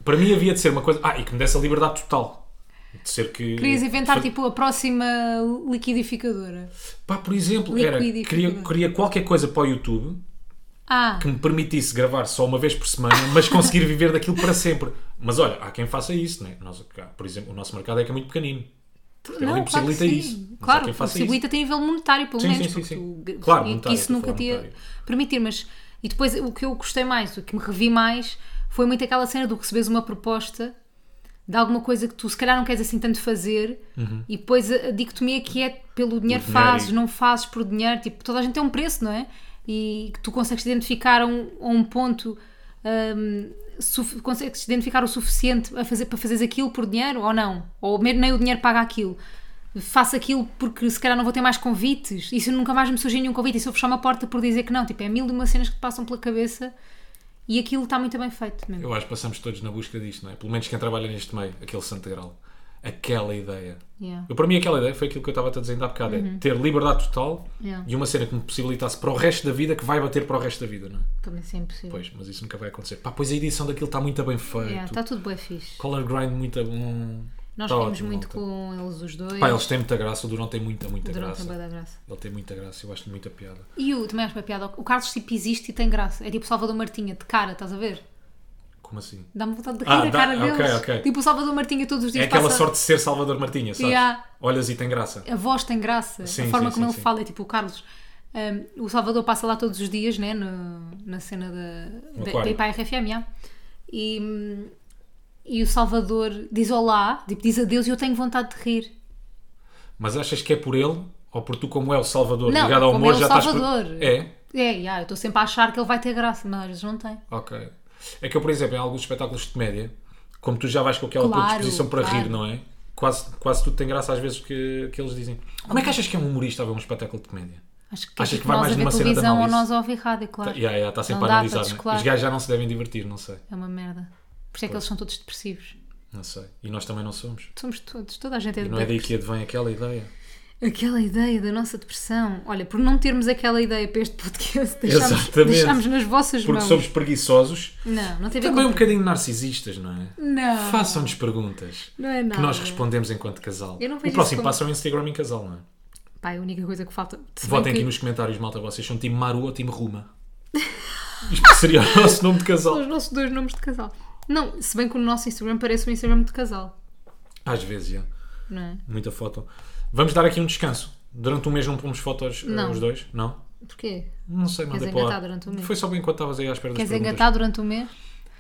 Speaker 2: para mim havia de ser uma coisa. Ah, e que me desse a liberdade total. De ser que.
Speaker 1: Querias inventar
Speaker 2: Fa-
Speaker 1: tipo a próxima liquidificadora.
Speaker 2: Pá, por exemplo, era.
Speaker 1: Liquidificador.
Speaker 2: Queria, queria qualquer coisa para o YouTube
Speaker 1: Ah,
Speaker 2: que me permitisse gravar só uma vez por semana, mas conseguir viver daquilo para sempre. Mas olha, há quem faça isso, né? Nós, cá, por exemplo, o nosso mercado é que é muito pequenino. Portugal
Speaker 1: não, claro que
Speaker 2: impossibilita
Speaker 1: sim.
Speaker 2: isso. Mas há
Speaker 1: Claro,
Speaker 2: quem faça
Speaker 1: possibilita tem nível monetário, pelo
Speaker 2: Sim,
Speaker 1: menos.
Speaker 2: sim,
Speaker 1: porque
Speaker 2: sim, sim.
Speaker 1: tu-
Speaker 2: Claro,
Speaker 1: e
Speaker 2: monetário,
Speaker 1: isso
Speaker 2: estou a
Speaker 1: nunca
Speaker 2: falar
Speaker 1: te ia
Speaker 2: monetário.
Speaker 1: permitir, mas. E depois o que eu gostei mais, o que me revi mais, foi muito aquela cena do receberes uma proposta de alguma coisa que tu se calhar não queres assim tanto fazer e depois a, a dicotomia que é pelo dinheiro
Speaker 2: Uhum. dinheiro
Speaker 1: fazes,
Speaker 2: e-
Speaker 1: não fazes por dinheiro, tipo, toda a gente tem um preço, não é? E que tu consegues identificar a um, a um ponto, hum, suf- consegues identificar o suficiente a fazer, para fazeres aquilo por dinheiro ou não? Ou mesmo nem o dinheiro paga aquilo. Faço aquilo porque se calhar não vou ter mais convites, e se nunca mais me surgir nenhum convite, e se eu fechar uma porta por dizer que não, tipo, é mil e uma cenas que te passam pela cabeça e aquilo está muito bem feito mesmo.
Speaker 2: Eu acho que passamos todos na busca disto, não é? Pelo menos quem trabalha neste meio, aquele santo grau. Aquela ideia.
Speaker 1: Yeah.
Speaker 2: Eu, para mim, aquela ideia foi aquilo que eu estava a dizer há bocado: é ter liberdade total
Speaker 1: Uhum. Yeah.
Speaker 2: e uma cena que me possibilitasse para o resto da vida, que vai bater para o resto da vida, não é?
Speaker 1: Também isso é impossível.
Speaker 2: Pois, mas isso
Speaker 1: É,
Speaker 2: nunca vai acontecer. Pá, pois a edição daquilo está muito bem feita.
Speaker 1: Yeah, Está tudo bem fixe.
Speaker 2: Color grind muito bom.
Speaker 1: tá- Nós
Speaker 2: Tá
Speaker 1: rimos
Speaker 2: ótimo,
Speaker 1: muito
Speaker 2: malta.
Speaker 1: com eles os dois.
Speaker 2: Pá, eles têm muita graça, o Durão tem muita, muita
Speaker 1: Durante
Speaker 2: graça.
Speaker 1: a da graça.
Speaker 2: Ele tem muita graça, eu acho muita piada.
Speaker 1: E o, também acho uma piada. O Carlos tipo existe e tem graça. É tipo o Salvador Martinha, de cara, estás a ver?
Speaker 2: Como assim?
Speaker 1: Dá-me vontade de rir
Speaker 2: Ah,
Speaker 1: a
Speaker 2: dá-
Speaker 1: cara
Speaker 2: ok,
Speaker 1: deles.
Speaker 2: ok.
Speaker 1: Tipo o Salvador Martinha todos os dias
Speaker 2: é aquela
Speaker 1: passa-
Speaker 2: sorte de ser Salvador Martinha, sabes?
Speaker 1: Yeah.
Speaker 2: Olhas e tem graça.
Speaker 1: a voz tem graça, a
Speaker 2: Sim,
Speaker 1: forma
Speaker 2: sim,
Speaker 1: como
Speaker 2: sim,
Speaker 1: ele
Speaker 2: sim.
Speaker 1: fala, é tipo o Carlos. um, o Salvador passa lá todos os dias, né? no- na cena da,
Speaker 2: No
Speaker 1: da,
Speaker 2: aquário.
Speaker 1: da IPA RFM, já. e, hum, e o Salvador diz olá, tipo, diz adeus e eu tenho vontade de rir.
Speaker 2: Mas achas que é por ele ou por tu, como é o Salvador
Speaker 1: Não,
Speaker 2: ligado ao
Speaker 1: como
Speaker 2: humor,
Speaker 1: é o
Speaker 2: já estás.
Speaker 1: Salvador.
Speaker 2: Por... É?
Speaker 1: É, já, eu estou sempre a achar que ele vai ter graça, mas às vezes não tem.
Speaker 2: Ok. É que eu, por exemplo, em alguns espetáculos de comédia, como tu já vais com aquela
Speaker 1: Claro,
Speaker 2: predisposição para
Speaker 1: claro.
Speaker 2: rir, não é? Quase, quase tudo tem graça às vezes que, que eles dizem. Como
Speaker 1: Uhum.
Speaker 2: é que achas que é um humorista a ver um espetáculo de comédia?
Speaker 1: Acho que, é
Speaker 2: Achas
Speaker 1: tipo
Speaker 2: que vai
Speaker 1: nós
Speaker 2: mais
Speaker 1: a ver
Speaker 2: numa cena de
Speaker 1: televisão ou nós
Speaker 2: análise?
Speaker 1: a ouvir rádio, claro.
Speaker 2: Está yeah, yeah, tá sempre
Speaker 1: Ah, Não
Speaker 2: a
Speaker 1: dá
Speaker 2: analisar.
Speaker 1: para
Speaker 2: né?
Speaker 1: descolar.
Speaker 2: Os gajos já não se devem divertir, não sei.
Speaker 1: É uma merda. Por isso é que eles são todos depressivos.
Speaker 2: Não sei. E nós também não somos.
Speaker 1: Somos todos, toda a gente é
Speaker 2: E não é
Speaker 1: depressiva.
Speaker 2: daí que advém aquela ideia.
Speaker 1: Aquela ideia da nossa depressão. Olha, por não termos aquela ideia para este podcast, deixámos,
Speaker 2: Exatamente.
Speaker 1: deixámos nas vossas
Speaker 2: Porque
Speaker 1: mãos.
Speaker 2: somos preguiçosos.
Speaker 1: Não, não teve a
Speaker 2: Também um
Speaker 1: ver
Speaker 2: bocadinho narcisistas, não é?
Speaker 1: com... Não.
Speaker 2: Façam-nos perguntas
Speaker 1: Não é nada.
Speaker 2: que nós respondemos enquanto casal.
Speaker 1: Eu não vejo
Speaker 2: o
Speaker 1: isso
Speaker 2: próximo
Speaker 1: como-
Speaker 2: passo é o Instagram em casal, não é?
Speaker 1: Pá, é a única coisa que falta. Se bem
Speaker 2: Votem
Speaker 1: que
Speaker 2: aqui nos comentários, malta, vocês são time Maru ou time Ruma. Isto seria o nosso nome de
Speaker 1: São
Speaker 2: casal.
Speaker 1: os nossos dois nomes de casal. Não, se bem que o nosso Instagram parece um Instagram de casal.
Speaker 2: Às vezes, é.
Speaker 1: Não é?
Speaker 2: Muita foto. Vamos dar aqui um descanso. Durante um mês não pomos fotos eh,
Speaker 1: Não.
Speaker 2: os dois? Não?
Speaker 1: Porquê?
Speaker 2: Não sei, mandei para
Speaker 1: engatar
Speaker 2: lá.
Speaker 1: durante um mês?
Speaker 2: Foi só bem enquanto estavas aí à espera das
Speaker 1: Queres
Speaker 2: perguntas.
Speaker 1: engatar durante um mês?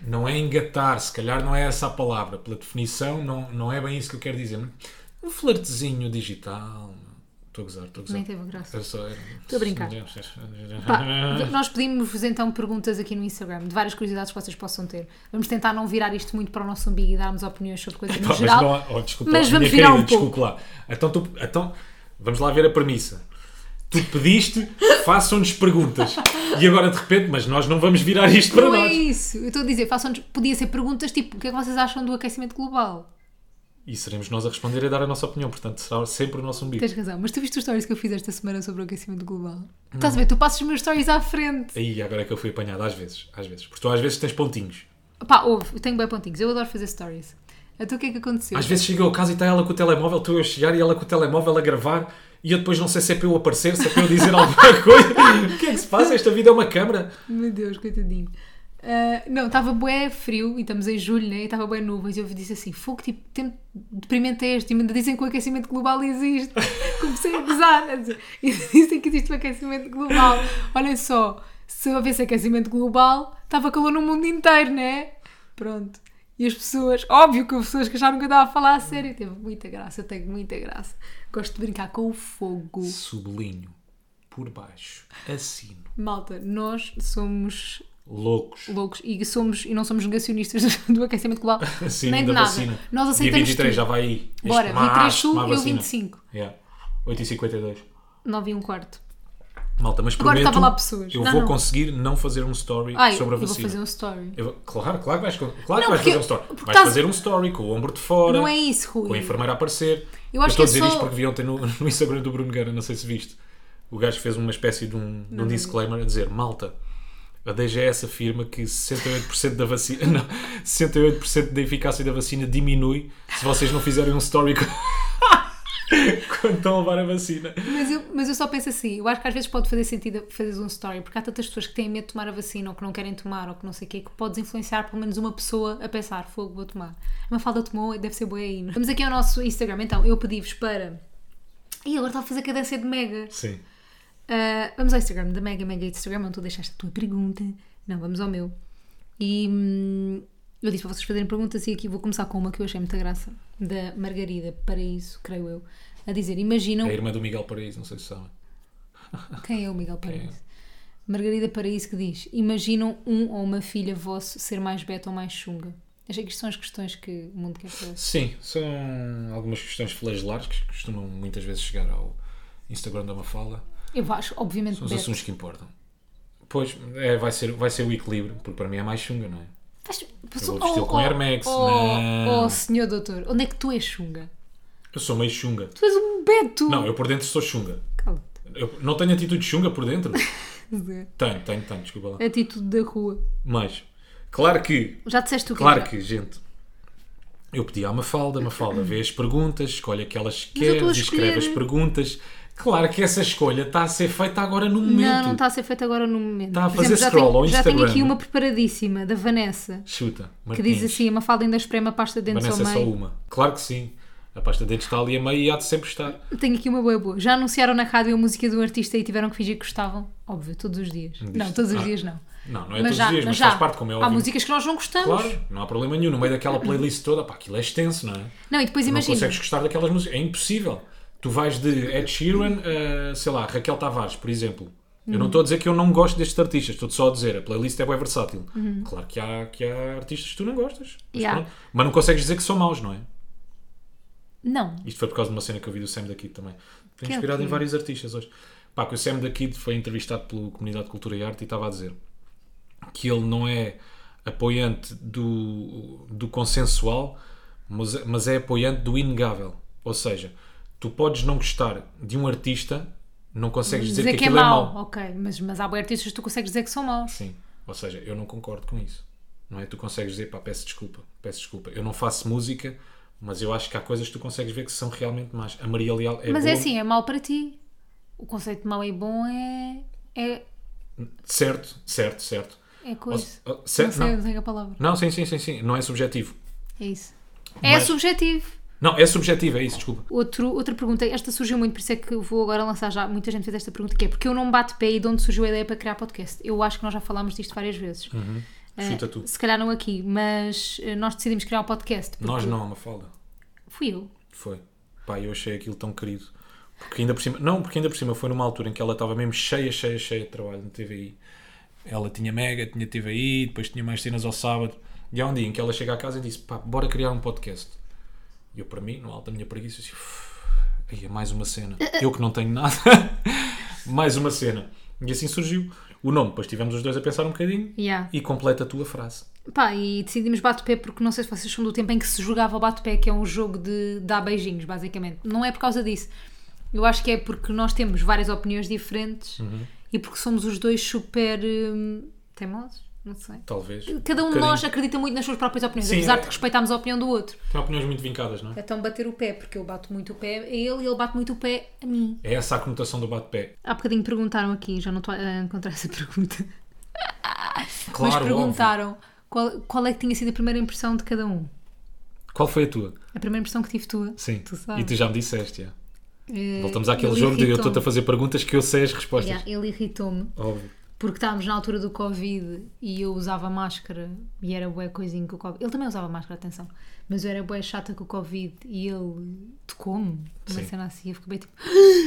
Speaker 2: Não é engatar, se calhar não é essa a palavra. Pela definição, não, não é bem isso que eu quero dizer. Um flertezinho digital. Estou a gozar, estou a gozar.
Speaker 1: Nem teve graça.
Speaker 2: Era só- era-
Speaker 1: Estou a brincar. Pá,
Speaker 2: Ah.
Speaker 1: nós pedimos-vos então perguntas aqui no Instagram de várias curiosidades que vocês possam ter. Vamos tentar não virar isto muito para o nosso umbigo e darmos opiniões sobre coisas
Speaker 2: Pá,
Speaker 1: no
Speaker 2: mas
Speaker 1: geral.
Speaker 2: não há- oh, desculpa,
Speaker 1: mas
Speaker 2: minha
Speaker 1: vamos virar
Speaker 2: querida,
Speaker 1: um pouco.
Speaker 2: desculpa lá. Então, tu- então, vamos lá ver a premissa. Tu pediste, façam-nos perguntas. E agora, de repente, mas nós não vamos virar isto para
Speaker 1: não é
Speaker 2: nós.
Speaker 1: isso. Eu estou a dizer, façam-nos. Podia ser perguntas tipo: o que é que vocês acham do aquecimento global?
Speaker 2: E seremos nós a responder e a dar a nossa opinião. Portanto, será sempre o nosso umbigo.
Speaker 1: Tens razão, mas tu viste os stories que eu fiz esta semana sobre o aquecimento global? Estás a ver? Tu passas os meus stories à frente.
Speaker 2: Aí, agora é que eu fui apanhado, às vezes. Às vezes. Porque tu, às vezes, tens pontinhos.
Speaker 1: Pá, ouve, eu tenho bem pontinhos, eu adoro fazer stories. Então o que é que aconteceu?
Speaker 2: Às vezes chega ao caso e está ela com o telemóvel, estou eu a chegar e ela com o telemóvel a gravar. E eu depois não sei se é para eu aparecer, se é para eu dizer alguma coisa. O que é que se passa? Esta vida é uma câmara.
Speaker 1: Meu Deus, coitadinho. Ah, não, estava bué frio e estamos em julho, né? E estava bué nuvens. E eu disse assim: fogo, tipo, tempo deprimente é este. E ainda dizem que o aquecimento global existe. Comecei a gozar. a dizer, E dizem que existe o aquecimento global. Olhem só, se houvesse aquecimento global, estava calor no mundo inteiro, né? Pronto. E as pessoas, óbvio que houve pessoas que acharam que eu estava a falar a sério. Teve muita graça, eu tenho muita graça. Gosto de brincar com o fogo.
Speaker 2: Sublinho. Por baixo. Assino.
Speaker 1: Malta, nós somos
Speaker 2: Loucos.
Speaker 1: loucos e somos e não somos negacionistas do aquecimento global
Speaker 2: Sim,
Speaker 1: nem de
Speaker 2: da
Speaker 1: nada.
Speaker 2: vacina.
Speaker 1: Nós
Speaker 2: Dia
Speaker 1: aceitamos
Speaker 2: 23 já
Speaker 1: tudo.
Speaker 2: vai aí. Este
Speaker 1: Bora,
Speaker 2: macho
Speaker 1: 23 sul,
Speaker 2: toma a
Speaker 1: eu
Speaker 2: vacina.
Speaker 1: 25.
Speaker 2: Yeah. 8h52.
Speaker 1: 9 e um quarto.
Speaker 2: Malta, mas
Speaker 1: Agora
Speaker 2: prometo,
Speaker 1: estava lá pessoas.
Speaker 2: eu
Speaker 1: Não,
Speaker 2: vou
Speaker 1: não.
Speaker 2: conseguir não fazer um story
Speaker 1: Ai,
Speaker 2: sobre a
Speaker 1: eu vou
Speaker 2: vacina.
Speaker 1: fazer um story.
Speaker 2: Eu vou- Claro, claro que vais, claro que vais
Speaker 1: porque-
Speaker 2: fazer um story.
Speaker 1: porque
Speaker 2: Vais
Speaker 1: estás-
Speaker 2: fazer um story com o ombro de fora,
Speaker 1: Não é isso, Rui.
Speaker 2: com a enfermeira a aparecer.
Speaker 1: Eu acho
Speaker 2: estou
Speaker 1: que é
Speaker 2: a dizer
Speaker 1: só-
Speaker 2: isto porque vi ontem no, no Instagram do Bruno Guerra, não sei se viste. O gajo fez uma espécie de um, de um disclaimer a dizer: Malta, a DGS afirma que 68% da vacina, não, 68% da eficácia da vacina diminui se vocês não fizerem um story com- quando estão a levar a vacina.
Speaker 1: Mas eu, mas eu só penso assim, eu acho que às vezes pode fazer sentido fazeres um story, porque há tantas pessoas que têm medo de tomar a vacina ou que não querem tomar ou que não sei o quê, que podes influenciar pelo menos uma pessoa a pensar, fogo, vou tomar. Uma falda tomou, deve ser boa aí. é? Vamos aqui ao nosso Instagram, então, eu pedi-vos para. E agora está a fazer cadência de mega.
Speaker 2: Sim.
Speaker 1: Uh, vamos ao Instagram da Mega Mega Instagram, onde tu deixaste a tua pergunta. Não, vamos ao meu. E hum, eu disse para vocês fazerem perguntas e aqui vou começar com uma que eu achei muita graça, da Margarida Paraíso, creio eu, a dizer: Imaginam
Speaker 2: É a irmã do Miguel Paraíso, não sei se sabem.
Speaker 1: quem é o Miguel Paraíso? Margarida Paraíso que diz: Imaginam um ou uma filha vosso ser mais beta ou mais chunga? Achei que isto são as questões que o mundo quer saber.
Speaker 2: Sim, são algumas questões flagelares que costumam muitas vezes chegar ao Instagram da Mafala.
Speaker 1: Eu acho, obviamente,
Speaker 2: Os
Speaker 1: beta.
Speaker 2: assuntos que importam. Pois, é, vai, ser, vai ser o equilíbrio, porque para mim é mais chunga, não é?
Speaker 1: Faz-
Speaker 2: vou vesti-lo com Air Max,
Speaker 1: Oh,
Speaker 2: não.
Speaker 1: oh, senhor doutor, onde é que tu és chunga?
Speaker 2: Eu sou meio chunga.
Speaker 1: Tu és um beto!
Speaker 2: Não, eu por dentro sou chunga.
Speaker 1: Cala-te.
Speaker 2: Eu não tenho atitude chunga por dentro?
Speaker 1: Zé.
Speaker 2: tenho, tenho, tenho, desculpa lá.
Speaker 1: Atitude da rua.
Speaker 2: Mas, claro que,
Speaker 1: Já disseste o que
Speaker 2: claro que, gente, Eu pedi à Mafalda, Mafalda vê as perguntas, escolhe aquelas que
Speaker 1: Mas eu estou a
Speaker 2: queres, escreve as
Speaker 1: escolher.
Speaker 2: perguntas. Claro que essa escolha está a ser feita agora no momento.
Speaker 1: Não, tá. não está a ser feito agora no momento.
Speaker 2: Está Tá a
Speaker 1: Por
Speaker 2: fazer
Speaker 1: já
Speaker 2: scroll
Speaker 1: tenho-
Speaker 2: ao
Speaker 1: Já tenho
Speaker 2: Instagram.
Speaker 1: aqui uma preparadíssima, da Vanessa,
Speaker 2: Chuta,
Speaker 1: que
Speaker 2: Martins.
Speaker 1: diz assim, a Mafalda ainda espreme a pasta de dentes ao
Speaker 2: Vanessa é só
Speaker 1: meio.
Speaker 2: uma. Claro que sim. A pasta de dentes está ali a meio e há de sempre estar.
Speaker 1: Tenho aqui uma boa boa. Já anunciaram na rádio a música de um artista e tiveram que fingir que gostavam? Óbvio, todos os dias. Não, todos os
Speaker 2: Ah.
Speaker 1: dias não.
Speaker 2: Não, não é todos os dias, mas, faz parte, como é
Speaker 1: Há
Speaker 2: óbvio.
Speaker 1: músicas que nós não gostamos.
Speaker 2: Claro, não há problema nenhum. No meio daquela playlist toda, pá, aquilo é extenso, não é?
Speaker 1: Não, e depois
Speaker 2: Não
Speaker 1: imagina.
Speaker 2: consegues gostar daquelas músicas. É impossível. Tu vais de Ed Sheeran a, sei lá, Raquel Tavares, por exemplo. Eu não estou a dizer que eu não gosto destes artistas, estou só a dizer, a playlist é bem versátil. Claro que há, que há artistas que tu não gostas. Mas,
Speaker 1: Yeah.
Speaker 2: pronto. mas não consegues dizer que são maus, não é?
Speaker 1: Não.
Speaker 2: Isto foi por causa de uma cena que eu vi do Sam da Kid também. Foi
Speaker 1: Que é o
Speaker 2: inspirado em
Speaker 1: quê?
Speaker 2: vários artistas hoje. Pá, que o Sam da Kid foi entrevistado pelo Comunidade de Cultura e Arte e estava a dizer que ele não é apoiante do, do consensual, mas, mas é apoiante do inegável. Ou seja, tu podes não gostar de um artista, não consegues dizer, que, aquilo é mau.
Speaker 1: Ok, mas, mas há bué artistas que tu consegues dizer que são maus.
Speaker 2: Sim. Ou seja, eu não concordo com isso. Não é? Tu consegues dizer, pá, peço desculpa, peço desculpa. Eu não faço música, mas eu acho que há coisas que tu consegues ver que são realmente más. A Maria Leal é
Speaker 1: mas
Speaker 2: boa,
Speaker 1: é assim, é mau para ti. O conceito de mau e bom é. é,
Speaker 2: Certo, certo, certo.
Speaker 1: é coisa.
Speaker 2: Ou- ou- certo,
Speaker 1: não sei,
Speaker 2: não.
Speaker 1: não sei a palavra.
Speaker 2: Não, sim, sim, sim, sim. Não é subjetivo.
Speaker 1: É isso. É
Speaker 2: Mas-
Speaker 1: subjetivo.
Speaker 2: Não, é subjetivo, é isso, desculpa.
Speaker 1: Outro, outra pergunta, esta surgiu muito, por isso é que eu vou agora lançar já. Muita gente fez esta pergunta, que é porque eu não bato pé e de onde surgiu a ideia para criar podcast? Eu acho que nós já falámos disto várias vezes. Eh,
Speaker 2: Uhum. Chuta tu.
Speaker 1: Se calhar não aqui, mas eh, nós decidimos criar um podcast. porque
Speaker 2: Nós não, Mafalda.
Speaker 1: Fui eu.
Speaker 2: Foi. Pá, eu achei aquilo tão querido. Porque ainda por cima. Não, porque ainda por cima foi numa altura em que ela estava mesmo cheia, cheia, cheia de trabalho no TVI. Ela tinha Mega, tinha TVI, depois tinha mais cenas ao sábado. E há um dia em que ela chega à casa e disse: pá, bora criar um podcast. E eu, para mim, no alto da minha preguiça, disse: "Uf, aí é mais uma cena. Eu que não tenho nada. mais uma cena. E assim surgiu o nome. Depois tivemos os dois a pensar um bocadinho.
Speaker 1: Yeah.
Speaker 2: E completa a tua frase.
Speaker 1: Pá, e decidimos bate-pé porque não sei se vocês são do tempo em que se jogava o bate-pé, que é um jogo de dar beijinhos, basicamente. Não é por causa disso. Eu acho que é porque nós temos várias opiniões diferentes
Speaker 2: Uhum.
Speaker 1: e porque somos os dois super hum, teimosos, não sei.
Speaker 2: Talvez.
Speaker 1: Cada um de
Speaker 2: bocadinho.
Speaker 1: nós acredita muito nas suas próprias opiniões,
Speaker 2: Sim,
Speaker 1: apesar
Speaker 2: é.
Speaker 1: de respeitarmos a opinião do outro.
Speaker 2: Tem opiniões muito vincadas, não é?
Speaker 1: Então bater o pé, porque eu bato muito o pé a ele e ele bate muito o pé a mim.
Speaker 2: É essa a conotação do bate-pé.
Speaker 1: Há bocadinho perguntaram aqui, já não estou a encontrar essa pergunta, mas
Speaker 2: óbvio.
Speaker 1: perguntaram qual, qual é que tinha sido a primeira impressão de cada um.
Speaker 2: Qual foi a tua?
Speaker 1: A primeira impressão que tive tua.
Speaker 2: Sim.
Speaker 1: Tu sabes.
Speaker 2: E tu já me disseste, já.
Speaker 1: Eh,
Speaker 2: Voltamos àquele
Speaker 1: ele
Speaker 2: jogo de eu
Speaker 1: irritou-me.
Speaker 2: estou-te a fazer perguntas que eu sei as respostas.
Speaker 1: Yeah, ele irritou-me
Speaker 2: Óbvio.
Speaker 1: porque estávamos na altura do Covid e eu usava máscara e era bué coisinha com o Covid. Ele também usava máscara, atenção, mas eu era bué chata com o Covid e ele tocou-me uma
Speaker 2: Sim.
Speaker 1: cena assim. Eu fiquei bem tipo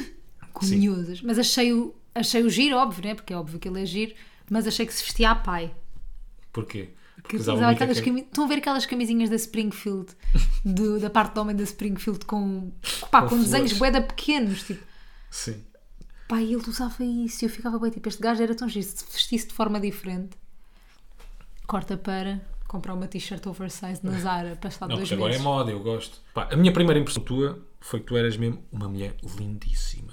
Speaker 1: comiosas, mas achei o, achei o giro, óbvio, né? Porque é óbvio que ele é giro, mas achei que se vestia a pai.
Speaker 2: Porquê?
Speaker 1: Que
Speaker 2: Porque
Speaker 1: usava
Speaker 2: muito
Speaker 1: aquelas
Speaker 2: aquele-
Speaker 1: cami- Estão a ver aquelas camisinhas da Springfield, do- da parte do homem da Springfield com, pá, com,
Speaker 2: Com
Speaker 1: desenhos
Speaker 2: flores.
Speaker 1: boeda pequenos, tipo,
Speaker 2: Sim.
Speaker 1: pá, ele usava isso e eu ficava bem, tipo, este gajo era tão giro, se vestisse de forma diferente, corta para comprar uma t-shirt oversized na Zara, passado
Speaker 2: Não,
Speaker 1: dois
Speaker 2: porque agora é
Speaker 1: meses.
Speaker 2: moda, eu gosto. Pá, a minha primeira impressão tua foi que tu eras mesmo uma mulher lindíssima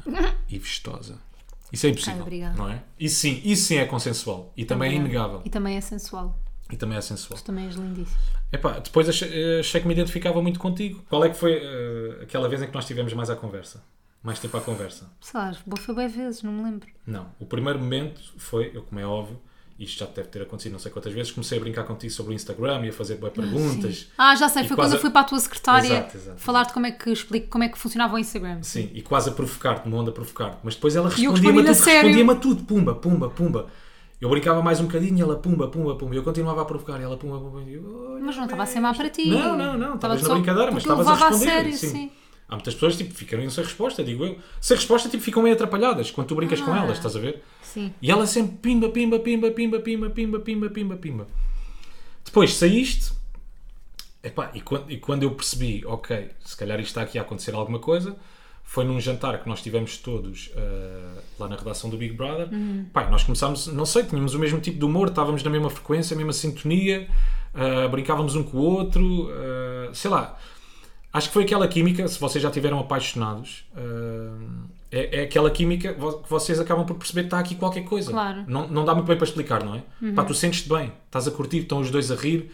Speaker 2: e vestosa. Isso é impossível,
Speaker 1: obrigada.
Speaker 2: não é? E sim, isso sim é consensual. E também é inegável.
Speaker 1: E também é sensual,
Speaker 2: E também é sensual.
Speaker 1: tu também és lindíssimo.
Speaker 2: Epá, depois achei, eh, achei que me identificava muito contigo. Qual é que foi eh, aquela vez em que nós tivemos mais à conversa? Mais tempo à conversa?
Speaker 1: Sei lá, boa foi bem vezes, não me lembro.
Speaker 2: Não. O primeiro momento foi, eu como é óbvio, isto já deve ter acontecido não sei quantas vezes, comecei a brincar contigo sobre o Instagram e a fazer boas perguntas.
Speaker 1: Ah, já sei,
Speaker 2: E
Speaker 1: foi
Speaker 2: quase
Speaker 1: quando
Speaker 2: a-
Speaker 1: eu fui para a tua secretária
Speaker 2: Exato, exato.
Speaker 1: falar-te como é que explico, como é que funcionava o Instagram.
Speaker 2: Sim, e quase a provocar-te, uma onda a provocar-te. Mas depois ela
Speaker 1: eu
Speaker 2: respondia-me a
Speaker 1: respondi-lhe a
Speaker 2: tudo,
Speaker 1: sério.
Speaker 2: respondia-me a tudo, pumba, pumba, pumba. Eu brincava mais um bocadinho e ela pumba, pumba, pumba. Eu continuava a provocar e ela pumba, pumba. e eu, olha,
Speaker 1: Mas não estava a ser má para ti.
Speaker 2: Não, não,
Speaker 1: Estava
Speaker 2: não, estavas na
Speaker 1: só-
Speaker 2: brincadeira, mas
Speaker 1: porque eu
Speaker 2: estavas a
Speaker 1: levava
Speaker 2: responder.
Speaker 1: sério,
Speaker 2: sim.
Speaker 1: sim.
Speaker 2: Há muitas pessoas tipo, ficaram sem resposta, digo eu. Sem resposta, tipo, ficam meio atrapalhadas quando tu brincas com
Speaker 1: Ah.
Speaker 2: elas, estás a ver?
Speaker 1: Sim.
Speaker 2: E ela sempre pimba, pimba, pimba, pimba, pimba, pimba, pimba, pimba, pimba. Depois saíste, epá, e, quando, e quando eu percebi, ok, se calhar isto está aqui a acontecer alguma coisa, foi num jantar que nós tivemos todos ah, lá na redação do Big Brother. Pá, nós começámos, não sei, tínhamos o mesmo tipo de humor, estávamos na mesma frequência, a mesma sintonia, ah, brincávamos um com o outro, ah, sei lá. Acho que foi aquela química, se vocês já tiveram apaixonados, ah, é, é aquela química vo- que vocês acabam por perceber que está aqui qualquer coisa.
Speaker 1: Claro. Uhum.
Speaker 2: Não, não dá muito bem para explicar, não é? Pá, tu sentes-te bem, estás a curtir, estão os dois a rir,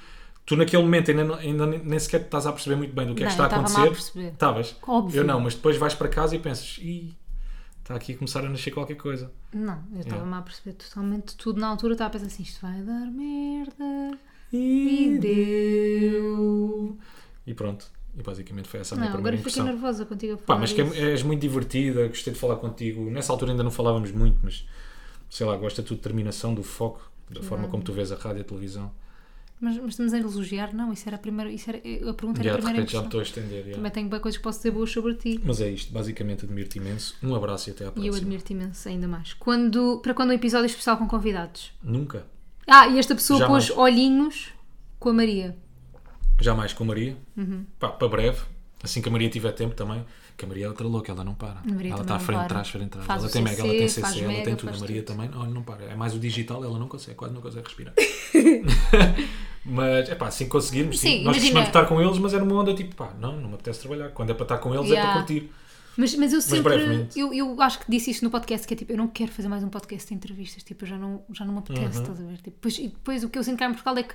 Speaker 2: Tu naquele momento ainda, não- ainda nem nem sequer estás a perceber muito bem do que é que
Speaker 1: Não,
Speaker 2: está
Speaker 1: eu estava
Speaker 2: a acontecer.
Speaker 1: mal a perceber.
Speaker 2: Estavas.
Speaker 1: Óbvio.
Speaker 2: Eu não, mas depois vais para casa e pensas, "Ih, está aqui a começar a nascer qualquer coisa.
Speaker 1: Não, eu estava-me a perceber totalmente tudo na altura, estava a pensar assim, isto vai dar merda.
Speaker 2: E
Speaker 1: deu.
Speaker 2: E pronto. E basicamente foi essa a minha
Speaker 1: Não, agora
Speaker 2: é primeira
Speaker 1: fiquei
Speaker 2: impressão.
Speaker 1: nervosa contigo a falar
Speaker 2: Pá, mas que
Speaker 1: disso.
Speaker 2: é- és muito divertida, gostei de falar contigo. Nessa altura ainda não falávamos muito, mas sei lá, gosto da tua determinação, do foco, da forma como tu vês a rádio e a televisão.
Speaker 1: Mas, mas estamos a elogiar? Não, isso era a primeira. Isso era, a pergunta era
Speaker 2: Já,
Speaker 1: a primeira
Speaker 2: de repente já me
Speaker 1: impressão.
Speaker 2: estou a estender. já.
Speaker 1: Também tenho bem coisas que posso dizer boas sobre ti.
Speaker 2: Mas é isto, basicamente admiro-te imenso. Um abraço e até à
Speaker 1: E eu
Speaker 2: próxima.
Speaker 1: admiro-te imenso ainda mais. Quando, para quando um episódio especial com convidados.
Speaker 2: Nunca.
Speaker 1: Ah, e esta pessoa
Speaker 2: Jamais.
Speaker 1: pôs olhinhos com a Maria.
Speaker 2: Jamais com a Maria.
Speaker 1: Uhum.
Speaker 2: Pá, para breve. Assim que a Maria tiver tempo também. Que a Maria é outra louca, ela não para.
Speaker 1: Maria
Speaker 2: ela
Speaker 1: também
Speaker 2: está à
Speaker 1: não
Speaker 2: frente,
Speaker 1: para.
Speaker 2: trás, frente, trás.
Speaker 1: Faz
Speaker 2: Ela
Speaker 1: o
Speaker 2: tem mega, ela tem
Speaker 1: CC, faz
Speaker 2: CC, ela
Speaker 1: mega,
Speaker 2: tem tudo. A
Speaker 1: faz
Speaker 2: Maria
Speaker 1: tudo.
Speaker 2: também, olha, não para. É mais o digital, ela não consegue, quase não consegue respirar. mas, é pá, assim que conseguirmos, sim.
Speaker 1: Sim,
Speaker 2: Nós
Speaker 1: imagina.
Speaker 2: costumamos estar com eles, mas era uma onda tipo, pá, não, não me apetece trabalhar. Quando é para estar com eles, é para
Speaker 1: Yeah.
Speaker 2: curtir.
Speaker 1: Mas, mas eu sempre.
Speaker 2: brevemente.
Speaker 1: eu, eu acho que disse isto no podcast: que é tipo, eu não quero fazer mais um podcast de entrevistas. Tipo, eu já não, já não me apetece,
Speaker 2: Uhum.
Speaker 1: estás a ver? Tipo, depois, e depois o que eu sinto cá em Portugal é que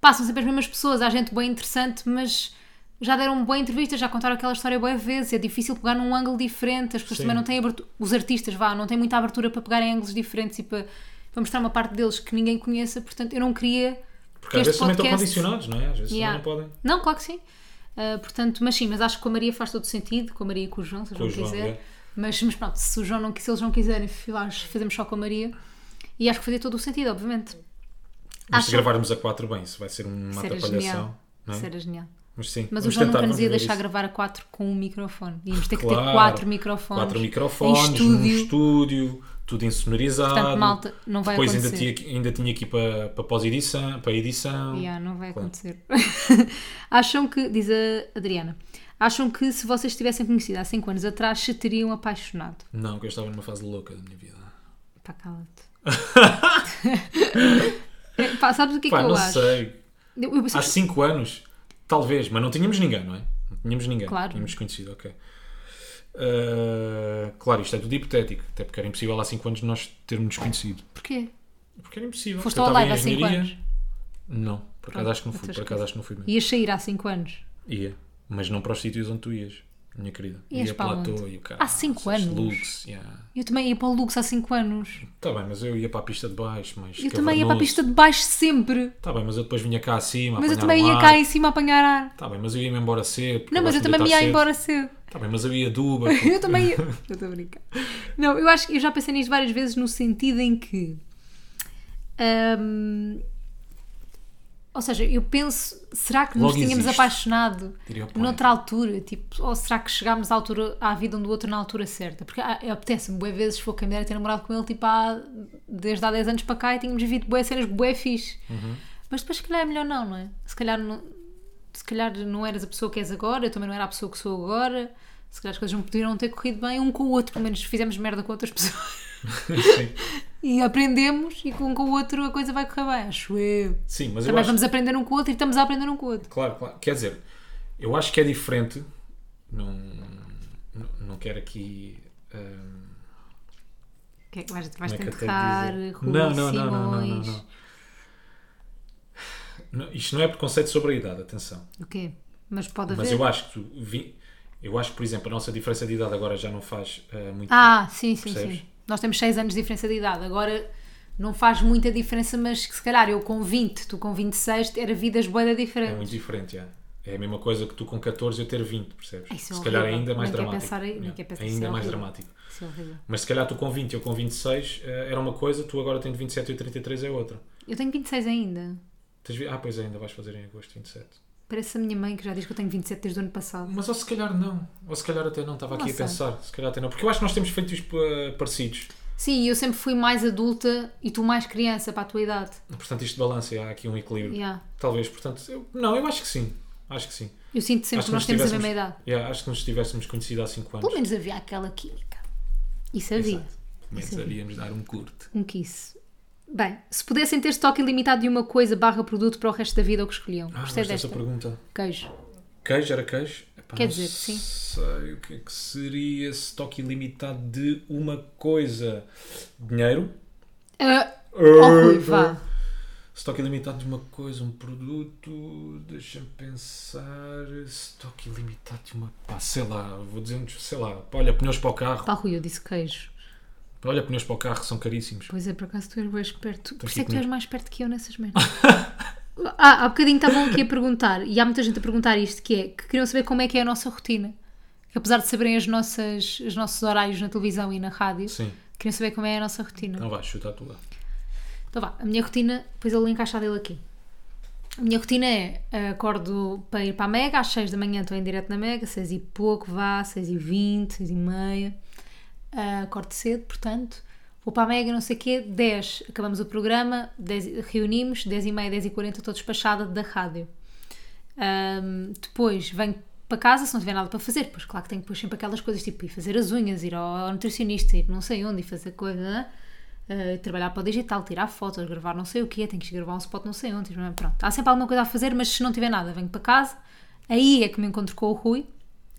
Speaker 1: passam sempre as mesmas pessoas. Há gente bem interessante, mas já deram boa entrevista, já contaram aquela história boa vezes. É difícil pegar num ângulo diferente. As pessoas
Speaker 2: Sim.
Speaker 1: também não têm abertura. Os artistas, vá, não têm muita abertura para pegarem ângulos diferentes e para, para mostrar uma parte deles que ninguém conheça. Portanto, eu não queria.
Speaker 2: Porque às vezes também estão condicionados, não é? Às vezes
Speaker 1: Yeah.
Speaker 2: também não podem.
Speaker 1: Não, claro que sim. Ah, portanto, mas sim, mas acho que com a Maria faz todo sentido, com a Maria e com o João, se o
Speaker 2: Com
Speaker 1: João
Speaker 2: o João,
Speaker 1: quiser.
Speaker 2: é.
Speaker 1: Mas, mas pronto, se, o João não, se eles não quiserem, fi- lá, fazemos só com a Maria. E acho que fazia todo o sentido, obviamente.
Speaker 2: Mas
Speaker 1: Acho-
Speaker 2: se gravarmos a quatro, bem, isso vai ser uma
Speaker 1: Isso era
Speaker 2: atrapalhação.
Speaker 1: genial.
Speaker 2: Não é?
Speaker 1: Isso era genial.
Speaker 2: Mas sim,
Speaker 1: Mas
Speaker 2: vamos
Speaker 1: o João
Speaker 2: tentar,
Speaker 1: nunca nos
Speaker 2: vamos
Speaker 1: ia
Speaker 2: ver
Speaker 1: deixar
Speaker 2: isso.
Speaker 1: gravar a quatro com um microfone. Íamos ter que ter
Speaker 2: Claro.
Speaker 1: quatro microfones.
Speaker 2: Quatro microfones,
Speaker 1: Em estúdio.
Speaker 2: num estúdio, tudo insonorizado.
Speaker 1: Portanto, malta, não vai
Speaker 2: Depois ainda
Speaker 1: acontecer.
Speaker 2: tinha, que- ainda tinha aqui para, para pós-edição, para edição.
Speaker 1: Yeah, não vai
Speaker 2: Claro.
Speaker 1: acontecer. acham que, diz a Adriana, acham que se vocês tivessem conhecido há cinco anos atrás, se teriam apaixonado?
Speaker 2: Não, que eu estava numa fase louca da minha vida.
Speaker 1: Pá, cala-te. É, pá, sabes o que é
Speaker 2: Pá,
Speaker 1: que eu
Speaker 2: não
Speaker 1: acho?
Speaker 2: sei.
Speaker 1: Eu, eu,
Speaker 2: Há cinco anos, talvez, mas não tínhamos ninguém, não é? Não tínhamos ninguém.
Speaker 1: Claro.
Speaker 2: Tínhamos conhecido, ok. Ah, claro, isto é tudo hipotético, até porque era impossível há cinco anos nós termos conhecido.
Speaker 1: Porquê?
Speaker 2: Porque era impossível.
Speaker 1: Foste
Speaker 2: Eu
Speaker 1: ao
Speaker 2: estava
Speaker 1: live
Speaker 2: em
Speaker 1: há 5
Speaker 2: engenharia.
Speaker 1: anos. Ah, então
Speaker 2: Não, por acaso
Speaker 1: Pronto,
Speaker 2: acho que não fui.
Speaker 1: outras
Speaker 2: Por acaso acho que não fui mesmo.
Speaker 1: Ias sair há 5 anos.
Speaker 2: Ia, mas não para os sítios onde tu ias, minha querida.
Speaker 1: Ias
Speaker 2: ia
Speaker 1: para
Speaker 2: Platô
Speaker 1: onde?
Speaker 2: e o cara.
Speaker 1: Há cinco anos?
Speaker 2: Lux, yeah.
Speaker 1: Eu também ia para o Lux há 5 anos.
Speaker 2: Tá bem, mas eu ia para a pista de baixo, mas.
Speaker 1: Eu também ia para a pista de baixo sempre.
Speaker 2: Tá bem, mas eu depois vinha cá acima.
Speaker 1: Mas eu
Speaker 2: apanhar
Speaker 1: também
Speaker 2: um
Speaker 1: ia
Speaker 2: ar.
Speaker 1: cá em cima apanhar ar.
Speaker 2: Tá bem, mas eu ia-me embora cedo. porque
Speaker 1: Não, mas eu
Speaker 2: gosto de
Speaker 1: também me ia
Speaker 2: deitar cedo.
Speaker 1: embora cedo.
Speaker 2: Tá bem, mas eu ia de Uber.
Speaker 1: Eu também ia. Eu estou a brincar. Não, eu acho que eu já pensei nisto várias vezes no sentido em que. hum, ou seja, eu penso, será que nos
Speaker 2: Logo
Speaker 1: tínhamos
Speaker 2: existe.
Speaker 1: apaixonado
Speaker 2: Diria o poeta.
Speaker 1: noutra altura? Tipo, ou será que chegámos à, altura, à vida um do outro na altura certa? Porque ah, apetece-me, boé vezes, foi quem me dera ter namorado com ele, tipo, há, desde há 10 anos para cá e tínhamos vivido boé cenas boé fixe.
Speaker 2: Uhum.
Speaker 1: Mas depois, se calhar, é melhor não, não é? Se calhar não, se calhar não eras a pessoa que és agora, eu também não era a pessoa que sou agora, se calhar as coisas não poderiam ter corrido bem um com o outro, pelo menos fizemos merda com outras pessoas
Speaker 2: Sim.
Speaker 1: e aprendemos e com um com o outro a coisa vai correr bem, acho eu.
Speaker 2: Sim, mas eu
Speaker 1: Também
Speaker 2: acho.
Speaker 1: vamos aprender um com o outro e estamos a aprender um com o outro.
Speaker 2: Claro, claro. Quer dizer, eu acho que é diferente. Não, não, não quero aqui. hum,
Speaker 1: O que é que vais, vais
Speaker 2: Como é que eu tenho de
Speaker 1: tentar,
Speaker 2: dizer?
Speaker 1: Rui
Speaker 2: não, não,
Speaker 1: Simões.
Speaker 2: não, não, não, não, não. Não, Isto não é preconceito sobre a idade, atenção.
Speaker 1: O quê? Mas pode haver.
Speaker 2: Mas eu acho que tu vi- eu acho que, por exemplo, a nossa diferença de idade agora já não faz eh, muito
Speaker 1: Ah, sim, sim,
Speaker 2: Percebes?
Speaker 1: sim. Nós temos 6 anos de diferença de idade. Agora não faz muita diferença, mas que se calhar eu com 20, tu com 26, era vidas boeda
Speaker 2: tempo. É
Speaker 1: diferentes.
Speaker 2: muito diferente, já. É a mesma coisa que tu com 14 eu ter 20, percebes?
Speaker 1: Isso é
Speaker 2: se calhar
Speaker 1: horrível.
Speaker 2: ainda mais
Speaker 1: Nem quero
Speaker 2: dramático.
Speaker 1: pensar aí-
Speaker 2: Yeah,
Speaker 1: nem quero pensar, isso
Speaker 2: ainda
Speaker 1: é
Speaker 2: mais
Speaker 1: horrível.
Speaker 2: dramático.
Speaker 1: Isso é horrível.
Speaker 2: Mas se calhar tu com 20 ou com 26 eh, era uma coisa, tu agora tens 27 e 33 é outra.
Speaker 1: Eu tenho 26 ainda.
Speaker 2: Tens vi- Ah, pois é, ainda vais fazer em agosto 27.
Speaker 1: Parece a minha mãe que já diz que eu tenho 27 desde o ano passado.
Speaker 2: Mas ou se calhar não, ou se calhar até não, estava
Speaker 1: Não
Speaker 2: aqui
Speaker 1: sei.
Speaker 2: a pensar, se calhar até não, porque eu acho que nós temos feitos eh, parecidos.
Speaker 1: Sim, eu sempre fui mais adulta e tu mais criança para a tua idade.
Speaker 2: Portanto, isto balança, há aqui um equilíbrio.
Speaker 1: Yeah.
Speaker 2: Talvez, portanto, eu- não, eu acho que sim. Acho que sim.
Speaker 1: Eu sinto sempre
Speaker 2: Acho
Speaker 1: que, nós
Speaker 2: nos
Speaker 1: temos a
Speaker 2: tivéssemos-
Speaker 1: mesma idade.
Speaker 2: Yeah, acho que nos tivéssemos conhecido há 5 anos.
Speaker 1: Pelo menos havia aquela química. Isso havia.
Speaker 2: Exato. Pelo menos havíamos de dar um curto.
Speaker 1: Um kiss. Bem, se pudessem ter estoque ilimitado de uma coisa barra produto para o resto da vida, o que escolhiam?
Speaker 2: Ah,
Speaker 1: Gostei
Speaker 2: gostei
Speaker 1: desta.
Speaker 2: dessa pergunta.
Speaker 1: Queijo.
Speaker 2: Queijo era queijo? Epá,
Speaker 1: Quer
Speaker 2: não
Speaker 1: dizer, sim.
Speaker 2: Sei o que é que seria esse toque ilimitado de uma coisa. Dinheiro.
Speaker 1: Ah, oh, Rui, oh, vá.
Speaker 2: Stock ilimitado de uma coisa, um produto, deixa-me pensar. Stock ilimitado de uma. Pá, sei lá, vou dizendo, sei lá. Pá, olha, pneus para o carro.
Speaker 1: Pá, Rui, eu disse queijo.
Speaker 2: Pá, olha, pneus para o carro são caríssimos.
Speaker 1: Pois é, por acaso tu és bem esperto. Por isso é que
Speaker 2: aqui
Speaker 1: tu
Speaker 2: comigo.
Speaker 1: és mais esperto que eu nessas merdas. ah, há bocadinho estavam aqui a perguntar, e há muita gente a perguntar isto, que é, que queriam saber como é que é a nossa rotina. Que apesar de saberem as nossas, os nossos horários na televisão e na rádio,
Speaker 2: Sim.
Speaker 1: queriam saber como é a nossa rotina.
Speaker 2: Não vais, chuta a tua.
Speaker 1: Então vá, a minha rotina, depois eu vou encaixar dele aqui. A minha rotina é, eh, acordo para ir para a Mega, às 6 da manhã estou em direto na Mega, 6 e pouco, vá, 6 e 20, 6 e meia. Ah, acordo cedo, portanto, vou para a Mega, não sei o quê, 10, acabamos o programa, 10, reunimos, 10 e meia, 10 e 40, estou despachada da rádio. Ahm, depois venho para casa se não tiver nada para fazer, pois claro que tenho que pôr sempre aquelas coisas tipo ir fazer as unhas, ir ao nutricionista, ir não sei onde, ir fazer coisa, né? Ah, trabalhar para o digital, tirar fotos, gravar não sei o quê, tenho que gravar um spot não sei onde, pronto. Há sempre alguma coisa a fazer, mas se não tiver nada, venho para casa, aí é que me encontro com o Rui,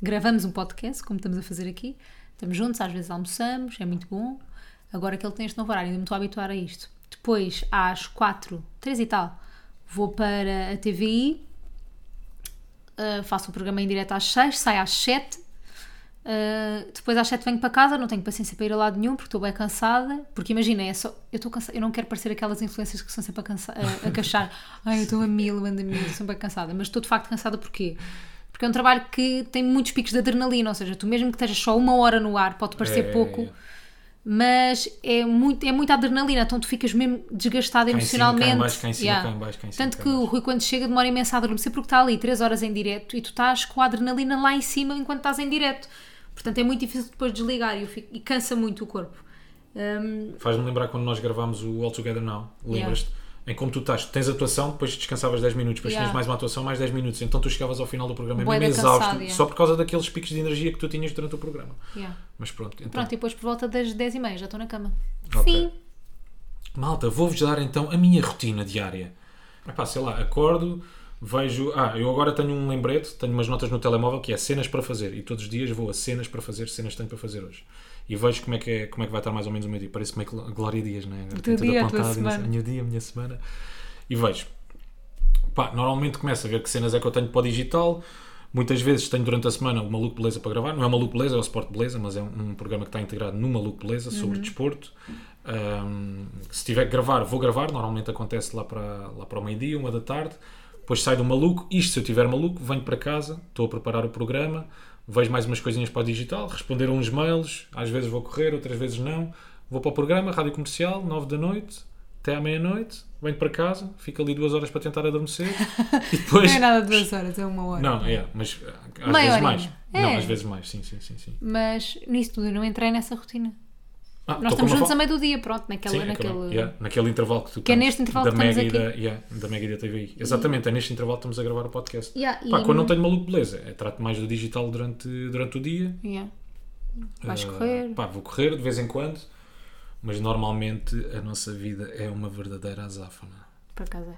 Speaker 1: gravamos um podcast, como estamos a fazer aqui, estamos juntos, às vezes almoçamos, é muito bom. Agora que ele tem este novo horário, ainda me estou a habituar a isto. Depois, às quatro, três e tal, vou para a TVI, Uh, faço o programa em direto às 6, saio às 7. uh, depois às 7 venho para casa, não tenho paciência para ir a lado nenhum porque estou bem cansada. Porque imagina, é só, eu, estou cansa, eu não quero parecer aquelas influências que são sempre a, cansa, a, a queixar. Ai, eu estou a mil, eu ando a mil, estou sempre bem cansada. Mas estou de facto cansada porquê? Porque é um trabalho que tem muitos picos de adrenalina, ou seja, tu mesmo que estejas só uma hora no ar, pode parecer
Speaker 2: É,
Speaker 1: pouco,
Speaker 2: é, é.
Speaker 1: mas é, muito, é muita adrenalina, então tu ficas mesmo desgastada
Speaker 2: Cá em cima,
Speaker 1: emocionalmente.
Speaker 2: cá em baixo, cá em cima,
Speaker 1: Yeah.
Speaker 2: cá em baixo, cá em cima,
Speaker 1: Tanto
Speaker 2: cá em
Speaker 1: que o
Speaker 2: baixo.
Speaker 1: Rui, quando chega, demora imenso a adormecer porque está ali 3 horas em direto e tu estás com a adrenalina lá em cima enquanto estás em direto. Portanto, é muito difícil depois desligar e, eu fico- e cansa muito o corpo. Hum,
Speaker 2: Faz-me lembrar quando nós gravámos o All Together Now, lembras-te? Em como tu estás, tens atuação, depois descansavas 10 minutos, depois
Speaker 1: Yeah.
Speaker 2: tinhas mais uma atuação, mais 10 minutos, então tu chegavas ao final do programa
Speaker 1: Bué
Speaker 2: mesmo
Speaker 1: da cansada,
Speaker 2: exausto,
Speaker 1: yeah.
Speaker 2: só por causa daqueles picos de energia que tu tinhas durante o programa.
Speaker 1: yeah.
Speaker 2: Mas pronto, então.
Speaker 1: Pronto, e depois por volta das 10h30 já estou na cama.
Speaker 2: Ok.
Speaker 1: Fim.
Speaker 2: Tipo, Malta, vou-vos dar então a minha rotina diária. Epá, sei lá, acordo, vejo. Ah, eu agora tenho um lembrete, tenho umas notas no telemóvel que é cenas para fazer e todos os dias vou a cenas para fazer, cenas que tenho para fazer hoje. E vejo como é que, é, como é que vai estar mais ou menos o meu dia. Parece meio que Glória Dias, né? Agora tem
Speaker 1: teu
Speaker 2: tudo
Speaker 1: dia, a tua
Speaker 2: apontado e não sei-
Speaker 1: semana.
Speaker 2: Meu dia, a minha semana. E vejo. Pá, normalmente começo a ver que cenas é que eu tenho para o digital. Muitas vezes tenho durante a semana o Maluco Beleza para gravar. Não é Maluco Beleza, é o Sport Beleza, mas é um, um programa que está integrado no Maluco Beleza sobre desporto. Ahm, se tiver que gravar, vou gravar. Normalmente acontece lá para, lá para o meio-dia, uma da tarde. Depois saio do maluco. Isto, se eu tiver maluco, venho para casa, estou a preparar o programa, vejo mais umas coisinhas para o digital, responder uns mails. Às vezes vou correr, outras vezes não. Vou para o programa, rádio comercial, 9 da noite, até à meia-noite. Venho para casa, fico ali duas horas para tentar adormecer. e depois.
Speaker 1: Não é nada de duas horas, é uma hora.
Speaker 2: Não, é, mas ah,
Speaker 1: Meia
Speaker 2: às vezes
Speaker 1: horinha.
Speaker 2: mais.
Speaker 1: É.
Speaker 2: Não, às vezes mais, sim, sim, sim. sim.
Speaker 1: Mas nisso tudo eu não entrei nessa rotina.
Speaker 2: Ah,
Speaker 1: Nós
Speaker 2: estou com
Speaker 1: estamos
Speaker 2: uma
Speaker 1: juntos
Speaker 2: fa-
Speaker 1: a meio do dia, pronto, naquela.
Speaker 2: Sim,
Speaker 1: naquele...
Speaker 2: acabou. Yeah, naquele intervalo que tu
Speaker 1: Que é
Speaker 2: tens
Speaker 1: neste intervalo
Speaker 2: da
Speaker 1: que estamos
Speaker 2: Mega e
Speaker 1: aqui.
Speaker 2: da, yeah, da Mega e da TVI. Exatamente, é neste intervalo que estamos a gravar o podcast.
Speaker 1: Yeah, e-
Speaker 2: Pá, quando não tenho maluco, beleza. é, trato mais do digital durante, durante o dia.
Speaker 1: Yeah. Vais
Speaker 2: Ah,
Speaker 1: correr.
Speaker 2: Pá, vou correr de vez em quando. Mas normalmente a nossa vida é uma verdadeira azáfama.
Speaker 1: Por acaso é.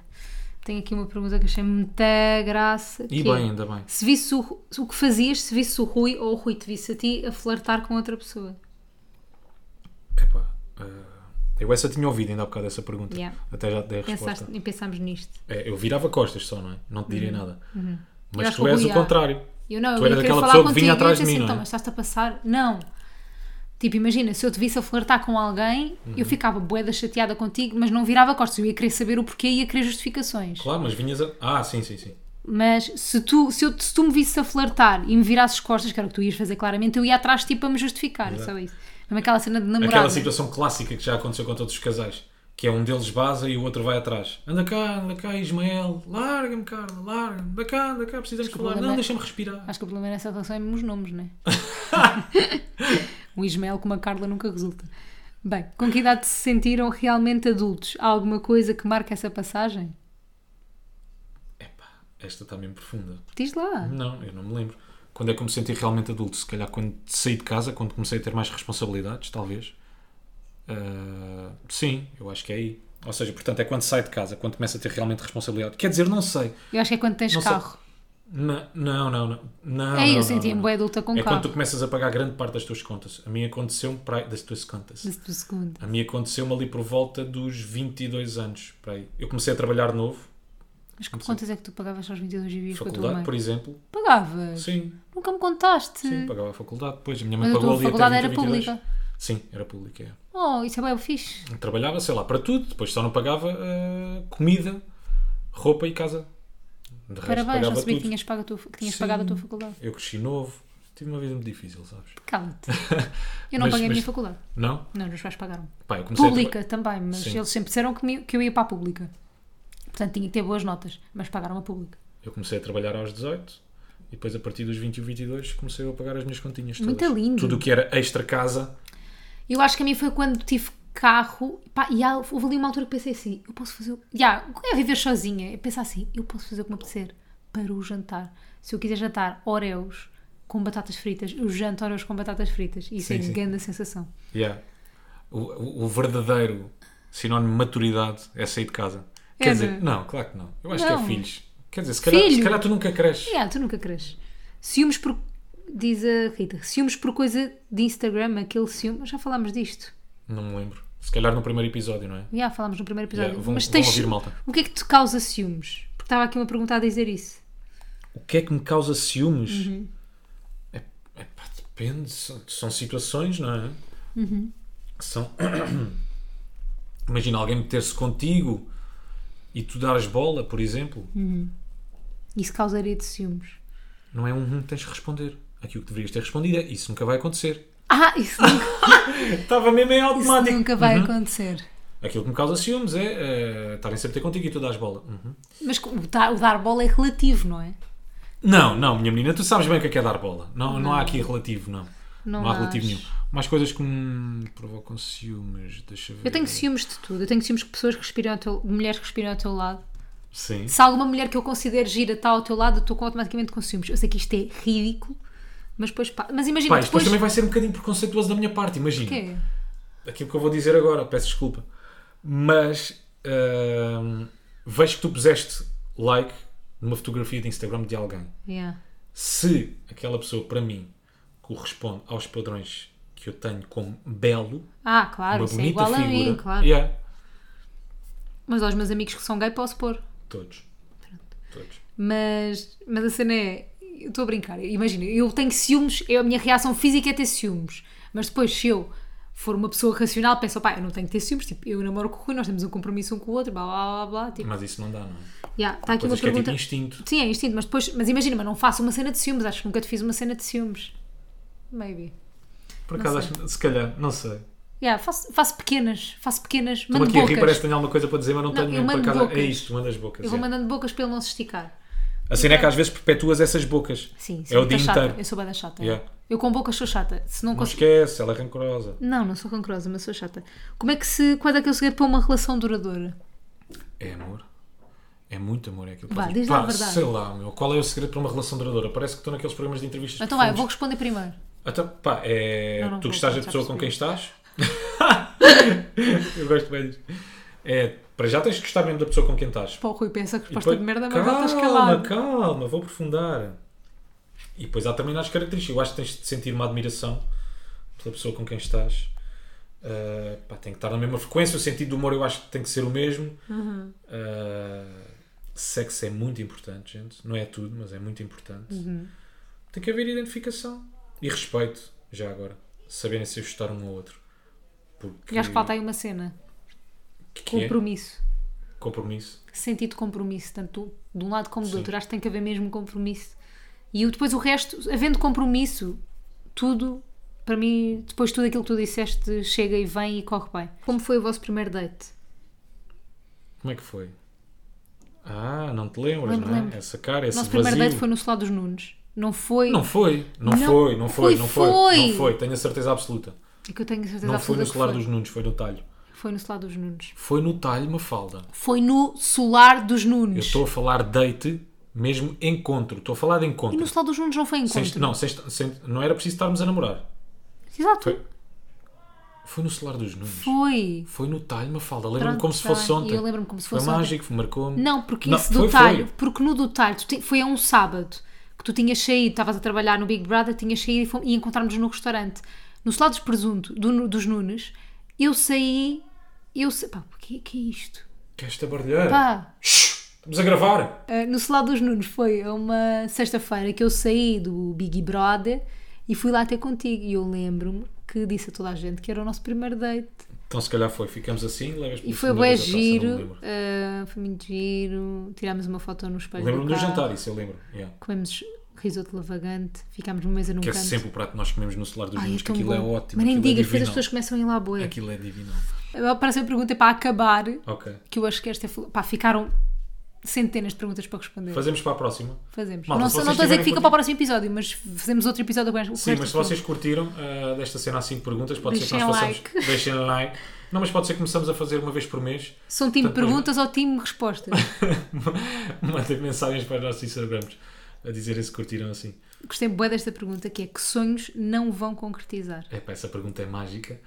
Speaker 1: Tenho aqui uma pergunta que achei muita graça.
Speaker 2: E
Speaker 1: que é,
Speaker 2: bem, ainda bem.
Speaker 1: Se visse o, Ru- o que fazias se visse o Rui ou o Rui te visse a ti a flertar com outra pessoa?
Speaker 2: Epá, ah, eu essa tinha ouvido ainda há bocado essa pergunta.
Speaker 1: Yeah.
Speaker 2: Até já te dei a resposta.
Speaker 1: Pensaste, e pensámos nisto.
Speaker 2: É, eu virava costas só, não é? Não te diria nada.
Speaker 1: Uhum. Eu
Speaker 2: Mas
Speaker 1: acho que
Speaker 2: tu
Speaker 1: o
Speaker 2: és
Speaker 1: Rui
Speaker 2: o
Speaker 1: há-
Speaker 2: contrário.
Speaker 1: Eu não,
Speaker 2: Tu
Speaker 1: eu
Speaker 2: eras
Speaker 1: queria
Speaker 2: aquela
Speaker 1: falar
Speaker 2: pessoa que
Speaker 1: contigo e
Speaker 2: vinha
Speaker 1: eu
Speaker 2: atrás de
Speaker 1: disse assim,
Speaker 2: mim, não
Speaker 1: "Então,
Speaker 2: é?
Speaker 1: mas estás-te a passar? Não. Tipo, imagina, se eu te visse a flertar com alguém,
Speaker 2: Uhum.
Speaker 1: eu ficava boeda chateada contigo, mas não virava costas. Eu ia querer saber o porquê e ia querer justificações.
Speaker 2: Claro, mas vinhas a... Ah, sim, sim, sim.
Speaker 1: Mas se tu, se, eu, se tu me visses a flertar e me virasses costas, que era o que tu ias fazer claramente, eu ia atrás de ti para me justificar. Só isso. Mesmo aquela cena de namorado.
Speaker 2: Aquela situação clássica que já aconteceu com todos os casais, que é um deles baza e o outro vai atrás. Anda cá, anda cá, Ismael, larga-me, Carla, larga-me, anda cá, anda cá, precisamos
Speaker 1: Acho que o
Speaker 2: falar.
Speaker 1: problema
Speaker 2: Não,
Speaker 1: é-
Speaker 2: deixa-me respirar.
Speaker 1: Acho que o problema nessa relação é mesmo os nomes, não é? um Ismael com uma Carla nunca resulta. Bem, com que idade se sentiram realmente adultos? Há alguma coisa que marca essa passagem?
Speaker 2: Epá, esta está mesmo profunda.
Speaker 1: Diz lá.
Speaker 2: Não, eu não me lembro. Quando é que eu me senti realmente adulto? Se calhar quando saí de casa, quando comecei a ter mais responsabilidades, talvez. Ah, sim, eu acho que é aí. Ou seja, portanto, é quando sai de casa, quando começa a ter realmente responsabilidade. Quer dizer, não sei.
Speaker 1: Eu acho que é quando tens
Speaker 2: Não sei.
Speaker 1: carro.
Speaker 2: Na- Não, não, não. não
Speaker 1: é,
Speaker 2: não,
Speaker 1: eu
Speaker 2: não,
Speaker 1: sentia-me
Speaker 2: não.
Speaker 1: boa adulta com
Speaker 2: É quando tu
Speaker 1: carro.
Speaker 2: começas a pagar grande parte das tuas contas. A mim aconteceu para aí- das tuas contas.
Speaker 1: Desse do segundo.
Speaker 2: A mim aconteceu-me ali por volta dos 22 anos. para aí. Eu comecei a trabalhar novo,
Speaker 1: Mas que contas é que tu pagavas aos 22 e vivias com a tua
Speaker 2: faculdade,
Speaker 1: mãe?
Speaker 2: por exemplo.
Speaker 1: Pagavas?
Speaker 2: Sim,
Speaker 1: Nunca me contaste.
Speaker 2: sim, pagava a faculdade. Depois a minha mãe
Speaker 1: Hum. Mas a
Speaker 2: pagou
Speaker 1: tua
Speaker 2: ali até
Speaker 1: faculdade
Speaker 2: 20,
Speaker 1: era
Speaker 2: 22.
Speaker 1: pública.
Speaker 2: Sim, era pública. é.
Speaker 1: Oh, isso é bem fixe.
Speaker 2: Trabalhava, sei lá, para tudo. Depois só não pagava ah, comida, roupa e casa. De resto,
Speaker 1: Parabéns, não
Speaker 2: pagava
Speaker 1: sabia que
Speaker 2: tudo.
Speaker 1: tinhas, pago a tua, que tinhas
Speaker 2: Sim.
Speaker 1: pagado a tua faculdade.
Speaker 2: Eu cresci novo. Tive uma vida muito difícil, sabes?
Speaker 1: Cala-te. Eu não
Speaker 2: Mas-
Speaker 1: paguei a
Speaker 2: mas-
Speaker 1: minha faculdade.
Speaker 2: Não?
Speaker 1: Não, os meus pais pagaram.
Speaker 2: Pá, eu comecei a traba-
Speaker 1: Pública também, mas
Speaker 2: Sim.
Speaker 1: eles sempre disseram que, me- que eu ia para a pública. Portanto, tinha que ter boas notas, mas pagaram a pública.
Speaker 2: Eu comecei a trabalhar aos 18 e depois a partir dos 20 e 22 comecei a pagar as minhas continhas todas.
Speaker 1: Muito lindo.
Speaker 2: Tudo o que era extra casa.
Speaker 1: Eu acho que a mim foi quando tive carro. Pá, e há- houve ali uma altura que pensei assim: eu posso fazer. o- Já, o que é viver sozinha? Eu pensar assim: eu posso fazer o que me apetecer para o jantar. Se eu quiser jantar Oreos com batatas fritas, eu janto Oreos com batatas fritas. Isso
Speaker 2: Sim,
Speaker 1: é
Speaker 2: sim.
Speaker 1: grande sensação.
Speaker 2: Yeah. O, o- o verdadeiro sinónimo de maturidade é sair de casa. Quer
Speaker 1: É,
Speaker 2: dizer, não, claro que não. Eu acho que
Speaker 1: Não.
Speaker 2: é filhos. Quer dizer, se calhar, se
Speaker 1: Filho.
Speaker 2: calhar tu nunca cresces.
Speaker 1: Yeah, tu nunca cresces. Ciúmes por. Diz a Rita: ciúmes por coisa de Instagram, aquele ciúme. Já falámos disto.
Speaker 2: Não me lembro. Se calhar no primeiro episódio, não é?
Speaker 1: Já Tipo, falámos no primeiro episódio.
Speaker 2: Yeah, vão-
Speaker 1: Mas
Speaker 2: vão
Speaker 1: tens.
Speaker 2: ouvir, malta.
Speaker 1: O que é que te causa ciúmes? Porque estava aqui uma pergunta a dizer isso.
Speaker 2: O que é que me causa ciúmes?
Speaker 1: Uhum.
Speaker 2: É, é pá, depende. São, são situações, não é?
Speaker 1: Uhum.
Speaker 2: São. Imagina alguém meter-se contigo e tu dares bola, por exemplo.
Speaker 1: Uhum. Isso causaria de ciúmes.
Speaker 2: Não é um hum que tens de responder. Aquilo que deverias ter respondido é isso nunca vai acontecer.
Speaker 1: Ah, isso nunca,
Speaker 2: Estava mesmo em
Speaker 1: isso
Speaker 2: automático.
Speaker 1: nunca vai acontecer.
Speaker 2: Aquilo que me causa ciúmes é eh, estarem sempre a ter contigo e tu dás bola. Uhum.
Speaker 1: Mas co- o dar, o dar bola é relativo, não é?
Speaker 2: Não, não, minha menina, tu sabes bem o que é, que é dar bola. Não, não. há aqui relativo, não.
Speaker 1: Não
Speaker 2: Não, há
Speaker 1: acho.
Speaker 2: relativo nenhum. Mais coisas que me provocam ciúmes, deixa ver.
Speaker 1: Eu tenho ciúmes de tudo. Eu tenho ciúmes que pessoas que respiram ao teu, mulheres que respiram ao teu lado.
Speaker 2: Sim.
Speaker 1: Se alguma mulher que eu considero gira está ao teu lado, eu estou com- automaticamente com ciúmes. Eu sei que isto é ridículo, mas depois pá. Mas imagina,
Speaker 2: Pá, isto
Speaker 1: depois.
Speaker 2: depois também vai ser um bocadinho preconceituoso da minha parte, imagina.
Speaker 1: Quê?
Speaker 2: Aquilo que eu vou dizer agora, peço desculpa. Mas ahm, vejo que tu puseste like numa fotografia de Instagram de alguém.
Speaker 1: Yeah.
Speaker 2: Se aquela pessoa, para mim, corresponde aos padrões que eu tenho como belo,
Speaker 1: Ah, claro,
Speaker 2: uma
Speaker 1: isso é
Speaker 2: bonita
Speaker 1: igual a
Speaker 2: figura.
Speaker 1: mim, claro.
Speaker 2: Yeah.
Speaker 1: Mas aos meus amigos que são gay posso pôr.
Speaker 2: Todos. Todos.
Speaker 1: Mas, mas a cena é. Eu estou a brincar. Imagina, eu tenho ciúmes, eu, a minha reação física é ter ciúmes. Mas depois, se eu for uma pessoa racional, penso, pá, eu não tenho que ter ciúmes. Tipo, eu namoro com o Rui, nós temos um compromisso um com o outro, blá blá blá blá. Tipo,
Speaker 2: Mas isso não dá, não é?
Speaker 1: yeah, está aqui uma
Speaker 2: Coisas que
Speaker 1: pergunta.
Speaker 2: é tipo instinto.
Speaker 1: Sim, é instinto, mas depois. Mas imagina, mas não faço uma cena de ciúmes. Acho que nunca te fiz uma cena de ciúmes. Maybe.
Speaker 2: Por
Speaker 1: Não
Speaker 2: acaso,
Speaker 1: sei.
Speaker 2: acho- se calhar, não sei.
Speaker 1: Yeah, faço, faço pequenas, faço pequenas,
Speaker 2: Estou
Speaker 1: mando
Speaker 2: aqui a rir, parece
Speaker 1: bocas.
Speaker 2: que tenho alguma coisa para dizer, mas não,
Speaker 1: Não,
Speaker 2: tenho
Speaker 1: eu
Speaker 2: mesmo. Por
Speaker 1: mando
Speaker 2: acaso, é
Speaker 1: bocas.
Speaker 2: isto, mandas bocas.
Speaker 1: Eu vou
Speaker 2: é.
Speaker 1: mandando bocas para ele não se esticar.
Speaker 2: A cena é que às vezes perpetuas essas bocas.
Speaker 1: Sim,
Speaker 2: é
Speaker 1: sou
Speaker 2: o dia
Speaker 1: bué chata.
Speaker 2: inteiro.
Speaker 1: Eu sou bada chata.
Speaker 2: Yeah.
Speaker 1: Eu com bocas sou chata. Se não
Speaker 2: Não
Speaker 1: consigo.
Speaker 2: esquece, ela é rancorosa.
Speaker 1: Não, não sou rancorosa, mas sou chata. Como é que se. Qual é que é o segredo para uma relação duradoura?
Speaker 2: É amor. É muito amor, é aquilo que
Speaker 1: Vá,
Speaker 2: faz-
Speaker 1: diz lá a
Speaker 2: Pá,
Speaker 1: verdade.
Speaker 2: Sei lá, meu. Qual é o segredo para uma relação duradoura? Parece que estou naqueles programas de entrevistas.
Speaker 1: Então vai, eu vou
Speaker 2: profundos.
Speaker 1: responder primeiro.
Speaker 2: Então, pá, é.
Speaker 1: Não, não
Speaker 2: tu
Speaker 1: vou,
Speaker 2: gostas da
Speaker 1: já
Speaker 2: pessoa com
Speaker 1: percebi.
Speaker 2: quem estás? Eu gosto bem disso. É, para já tens de gostar mesmo da pessoa com quem estás.
Speaker 1: Pô, o Rui pensa que
Speaker 2: E
Speaker 1: resposta
Speaker 2: depois-
Speaker 1: de merda, mas
Speaker 2: calma,
Speaker 1: voltas calado.
Speaker 2: calma, vou aprofundar. E depois há também nas características. Eu acho que tens de sentir uma admiração pela pessoa com quem estás. Ah, pá, tem que estar na mesma frequência. O sentido do humor eu acho que tem que ser o mesmo.
Speaker 1: Uhum.
Speaker 2: Ah, sexo é muito importante, gente. Não é tudo, mas é muito importante.
Speaker 1: Uhum.
Speaker 2: Tem que haver identificação e respeito, já agora. Saberem se ajustar um ao outro. Porque
Speaker 1: E acho que falta aí uma cena.
Speaker 2: que é
Speaker 1: Compromisso.
Speaker 2: compromisso.
Speaker 1: Sentido de compromisso, tanto de um lado como do
Speaker 2: Sim.
Speaker 1: outro. Acho que tem que haver mesmo compromisso. E o- depois o resto, havendo compromisso, tudo, para mim, depois tudo aquilo que tu disseste chega e vem e corre bem. Como foi o vosso primeiro date?
Speaker 2: Como é que foi? Ah, não te lembras,
Speaker 1: Lembro,
Speaker 2: não é?
Speaker 1: lembro.
Speaker 2: Essa cara,
Speaker 1: O
Speaker 2: esse
Speaker 1: nosso
Speaker 2: vazio.
Speaker 1: primeiro date foi no Solar dos Nunes. Não foi.
Speaker 2: Não foi, não,
Speaker 1: Não.
Speaker 2: foi, não foi,
Speaker 1: Foi,
Speaker 2: não foi,
Speaker 1: foi.
Speaker 2: não foi, tenho a certeza absoluta.
Speaker 1: É que eu tenho a certeza
Speaker 2: Não foi
Speaker 1: absoluta
Speaker 2: no
Speaker 1: que
Speaker 2: solar
Speaker 1: foi.
Speaker 2: dos Nunes, foi no talho.
Speaker 1: Foi no Solar dos Nunes.
Speaker 2: Foi no talho, uma falda.
Speaker 1: Foi no Solar dos
Speaker 2: Eu
Speaker 1: Nunes.
Speaker 2: estou a falar date, mesmo encontro. Estou a falar de encontro.
Speaker 1: E no Solar dos Nunes não foi
Speaker 2: Sem-
Speaker 1: encontro.
Speaker 2: não, sem- sem- não era preciso estarmos a namorar.
Speaker 1: Exato.
Speaker 2: Foi- Foi no celular dos Nunes.
Speaker 1: Foi!
Speaker 2: Foi no talho, Mafalda. Lembro-me
Speaker 1: Pronto,
Speaker 2: como se
Speaker 1: tá
Speaker 2: fosse
Speaker 1: bem.
Speaker 2: ontem.
Speaker 1: Eu lembro-me como se fosse
Speaker 2: Foi
Speaker 1: ontem.
Speaker 2: mágico, marcou-me.
Speaker 1: Não, porque
Speaker 2: Não,
Speaker 1: esse
Speaker 2: foi,
Speaker 1: detalhe,
Speaker 2: foi.
Speaker 1: porque no detalhe, tu ti- foi a um sábado que tu tinhas saído, estavas a trabalhar no Big Brother, tinhas saído e, fomos, e encontramos no restaurante, no Salados de Presunto, do Nu- dos Nunes, eu saí, eu saí, pá, o que, que é isto?
Speaker 2: Que esta barulheira.
Speaker 1: Pá,
Speaker 2: Shhh, Estamos a gravar.
Speaker 1: ah, no Salado dos Nunes foi a uma sexta-feira que eu saí do Big Brother e fui lá ter contigo e eu lembro-me que disse a toda a gente que era o nosso primeiro date.
Speaker 2: Então se calhar foi. Ficamos assim, levas
Speaker 1: E foi bem giro, ah, foi muito giro. Tirámos uma foto no espelho. do
Speaker 2: Lembro-me do
Speaker 1: carro.
Speaker 2: jantar, isso eu lembro. Yeah.
Speaker 1: comemos risoto lavagante, ficámos numa mesa num
Speaker 2: Que é
Speaker 1: canto.
Speaker 2: sempre o prato que nós comemos no celular dos
Speaker 1: Ai,
Speaker 2: Nunes, que
Speaker 1: tão
Speaker 2: aquilo é
Speaker 1: bom.
Speaker 2: ótimo.
Speaker 1: Mas nem
Speaker 2: aquilo é
Speaker 1: digas, depois as
Speaker 2: divinal.
Speaker 1: pessoas começam a ir lá boa.
Speaker 2: Aquilo é divino.
Speaker 1: Agora Parece que a pergunta é para acabar,
Speaker 2: Ok.
Speaker 1: que eu acho que esta é... fo- Pá, ficaram centenas de perguntas para responder.
Speaker 2: Fazemos para a próxima.
Speaker 1: Fazemos.
Speaker 2: Malta,
Speaker 1: não
Speaker 2: se
Speaker 1: não
Speaker 2: vocês
Speaker 1: estou a dizer que fica
Speaker 2: tiverem curtido-
Speaker 1: para o próximo episódio, mas fazemos outro episódio com esta- com
Speaker 2: Sim, mas
Speaker 1: estas
Speaker 2: se vocês curtiram ah, desta cena há 5 perguntas, pode ser que nós
Speaker 1: Deixem
Speaker 2: façamos. Deixem um like. Não, mas pode ser que começamos a fazer uma vez por mês.
Speaker 1: perguntas. São time
Speaker 2: Portanto,
Speaker 1: perguntas ou time respostas?
Speaker 2: Mandem mensagens para os nossos Instagrams a dizerem se curtiram assim.
Speaker 1: Gostei bem desta pergunta, que é que sonhos não vão concretizar?
Speaker 2: Epá, essa pergunta é mágica.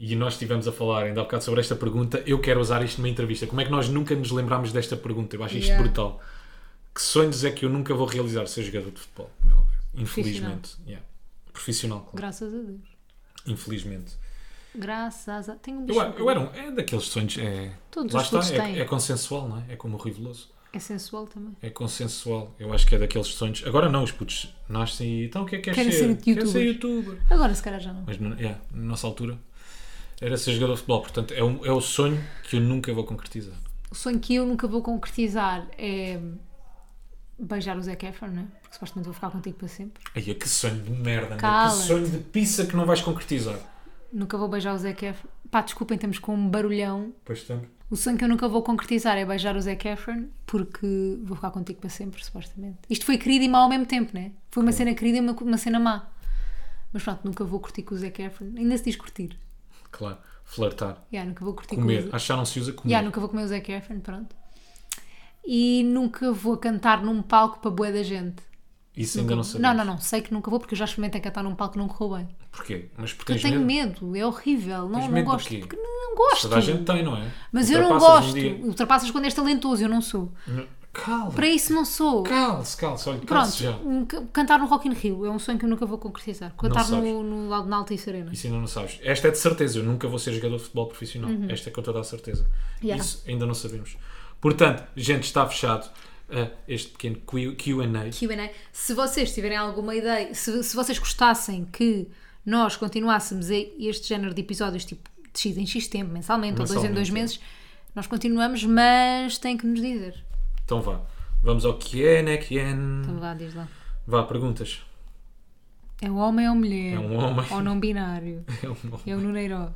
Speaker 2: E nós estivemos a falar ainda há bocado sobre esta pergunta. Eu quero usar isto numa entrevista. Como é que nós nunca nos lembrámos desta pergunta? Eu acho isto
Speaker 1: Yeah.
Speaker 2: brutal. Que sonhos é que eu nunca vou realizar ser jogador de futebol? como é óbvio. Infelizmente. Yeah. Profissional, claro.
Speaker 1: Graças a Deus.
Speaker 2: Infelizmente.
Speaker 1: Graças a... Tenho um
Speaker 2: Eu,
Speaker 1: bicho
Speaker 2: eu era um, é daqueles sonhos. É,
Speaker 1: Todos
Speaker 2: lá
Speaker 1: os
Speaker 2: está,
Speaker 1: putos
Speaker 2: é-
Speaker 1: têm.
Speaker 2: é consensual, não é? É como o Rui Veloso.
Speaker 1: É sensual também.
Speaker 2: É consensual. Eu acho que é daqueles sonhos. Agora não, os putos nascem e. Então o que é que queres
Speaker 1: Querem ser
Speaker 2: ser? Quero ser
Speaker 1: youtubers."
Speaker 2: youtuber.
Speaker 1: Agora se calhar já não.
Speaker 2: Mas na- yeah, na nossa altura era ser jogador de futebol. Portanto, é, um, é o sonho que eu nunca vou concretizar.
Speaker 1: O sonho que eu nunca vou concretizar é beijar o Zac Efron, né? Porque supostamente vou ficar contigo para sempre.
Speaker 2: Aí é que sonho de merda, meu.
Speaker 1: Cala-te.
Speaker 2: que sonho de pizza que não vais concretizar.
Speaker 1: Nunca vou beijar o Zac Efron. Pá, desculpem, estamos com um barulhão.
Speaker 2: Pois estamos.
Speaker 1: O sonho que eu nunca vou concretizar é beijar o Zac Efron porque vou ficar contigo para sempre, supostamente. Isto foi querido e mau ao mesmo tempo, né? Foi uma cena querida e uma, uma cena má. Mas pronto, nunca vou curtir com o Zac Efron. Ainda se diz curtir.
Speaker 2: Claro, flertar,
Speaker 1: Yeah, nunca vou curtir com o
Speaker 2: comer.
Speaker 1: Zac
Speaker 2: Acho que já não se usa comer.
Speaker 1: Yeah, nunca vou comer o Zac Efron, pronto. E nunca vou cantar num palco para bué da gente.
Speaker 2: Isso ainda não sabemos.
Speaker 1: Não, não, não. Sei que nunca vou porque eu já experimentei cantar num palco que não correu bem.
Speaker 2: Porquê? Mas porque
Speaker 1: Eu
Speaker 2: tens
Speaker 1: tenho
Speaker 2: medo.
Speaker 1: medo. é horrível. Não,
Speaker 2: Tens
Speaker 1: não
Speaker 2: medo do
Speaker 1: gosto.
Speaker 2: quê?
Speaker 1: Porque não
Speaker 2: Toda a gente
Speaker 1: gosto.
Speaker 2: tem, não é?
Speaker 1: Mas eu não
Speaker 2: Ultrapassas um
Speaker 1: gosto.
Speaker 2: dia-
Speaker 1: Ultrapassas quando és talentoso, eu não sou.
Speaker 2: Cala,
Speaker 1: Para isso não sou.
Speaker 2: cala-se, cala-se. Olha,
Speaker 1: Pronto,
Speaker 2: cala-se já.
Speaker 1: um ca- cantar no Rock in Rio é um sonho que eu nunca vou concretizar. Cantar
Speaker 2: sabes.
Speaker 1: no, no, lá na Altice Arena.
Speaker 2: Isso ainda não sabes. Esta é de certeza. Eu nunca vou ser jogador de futebol profissional. Esta é com toda a certeza.
Speaker 1: Uhum. Yeah.
Speaker 2: Isso ainda não sabemos. Portanto, gente, está fechado uh, este pequeno Q- QA.
Speaker 1: Q&A. Se vocês tiverem alguma ideia, se, se vocês gostassem que nós continuássemos e- este género de episódios, tipo de X em X tempo, mensalmente, ou dois em dois
Speaker 2: Mensalmente, é.
Speaker 1: meses, nós continuamos, mas têm que nos dizer.
Speaker 2: Então vá. Vamos ao Q&A. Q&A.
Speaker 1: Então vá, diz lá.
Speaker 2: Vá, perguntas.
Speaker 1: É um homem ou mulher?
Speaker 2: É um homem.
Speaker 1: Ou não binário?
Speaker 2: É um-
Speaker 1: É o Nuneiro?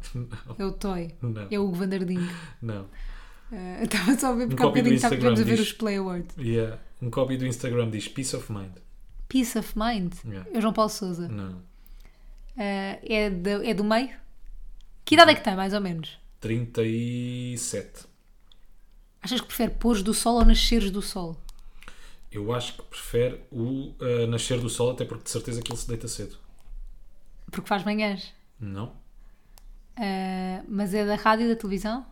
Speaker 1: É o Toy?
Speaker 2: Não.
Speaker 1: É o Hugo Vandardinho?
Speaker 2: Não.
Speaker 1: Eh, Estava só a ver porque há
Speaker 2: Um copy do
Speaker 1: bocadinho estava-
Speaker 2: Instagram
Speaker 1: estivemos a ver
Speaker 2: diz-
Speaker 1: os Play Awards.
Speaker 2: Yeah. Um copy do Instagram diz Peace of Mind.
Speaker 1: Peace of Mind?
Speaker 2: Yeah.
Speaker 1: É o João Paulo Souza.
Speaker 2: Não.
Speaker 1: Eh, é, do- é do meio? Que idade é que tem, mais ou menos?
Speaker 2: 37.
Speaker 1: Achas que prefere pôres do sol ou nasceres do sol?
Speaker 2: Eu acho que prefere o uh, nascer do sol, até porque de certeza que ele se deita cedo.
Speaker 1: Porque faz manhãs.
Speaker 2: Não?
Speaker 1: Eh, mas é da rádio e da televisão?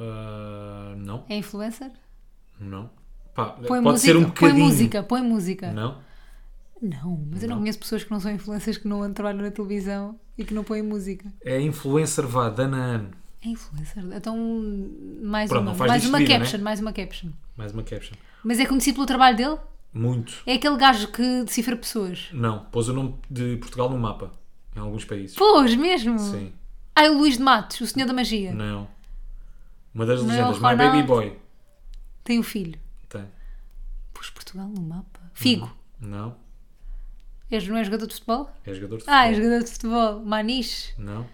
Speaker 2: Uh, não?
Speaker 1: É influencer?
Speaker 2: Não? Pá,
Speaker 1: Põe
Speaker 2: pode
Speaker 1: música,
Speaker 2: ser um
Speaker 1: põe
Speaker 2: bocadinho.
Speaker 1: música, põe música.
Speaker 2: Não?
Speaker 1: Não, mas eu não
Speaker 2: Não.
Speaker 1: conheço pessoas que não são influencers que não trabalham na televisão e que não põem música.
Speaker 2: É influencer, vá, Danaan.
Speaker 1: É influencer. Então, mais
Speaker 2: Pronto,
Speaker 1: uma,
Speaker 2: não faz né?
Speaker 1: mais uma
Speaker 2: despedida,
Speaker 1: caption, mais uma caption.
Speaker 2: Mais uma caption.
Speaker 1: Mas é conhecido pelo trabalho dele?
Speaker 2: Muito.
Speaker 1: É aquele gajo que decifra pessoas.
Speaker 2: Não. Pôs o nome de Portugal no mapa. Em alguns países.
Speaker 1: Pois, mesmo?
Speaker 2: Sim.
Speaker 1: Ah, é o Luís de Matos, o Senhor da Magia.
Speaker 2: Não. Uma das
Speaker 1: Não é o
Speaker 2: legendas. My Baby
Speaker 1: Ronaldo?
Speaker 2: Boy.
Speaker 1: Tem um filho.
Speaker 2: Tem.
Speaker 1: Pôs Portugal no mapa.
Speaker 2: Uhum.
Speaker 1: Figo.
Speaker 2: Não.
Speaker 1: És, não é jogador de futebol?
Speaker 2: É jogador de futebol.
Speaker 1: Ah, é jogador de futebol. Maniche.
Speaker 2: Não.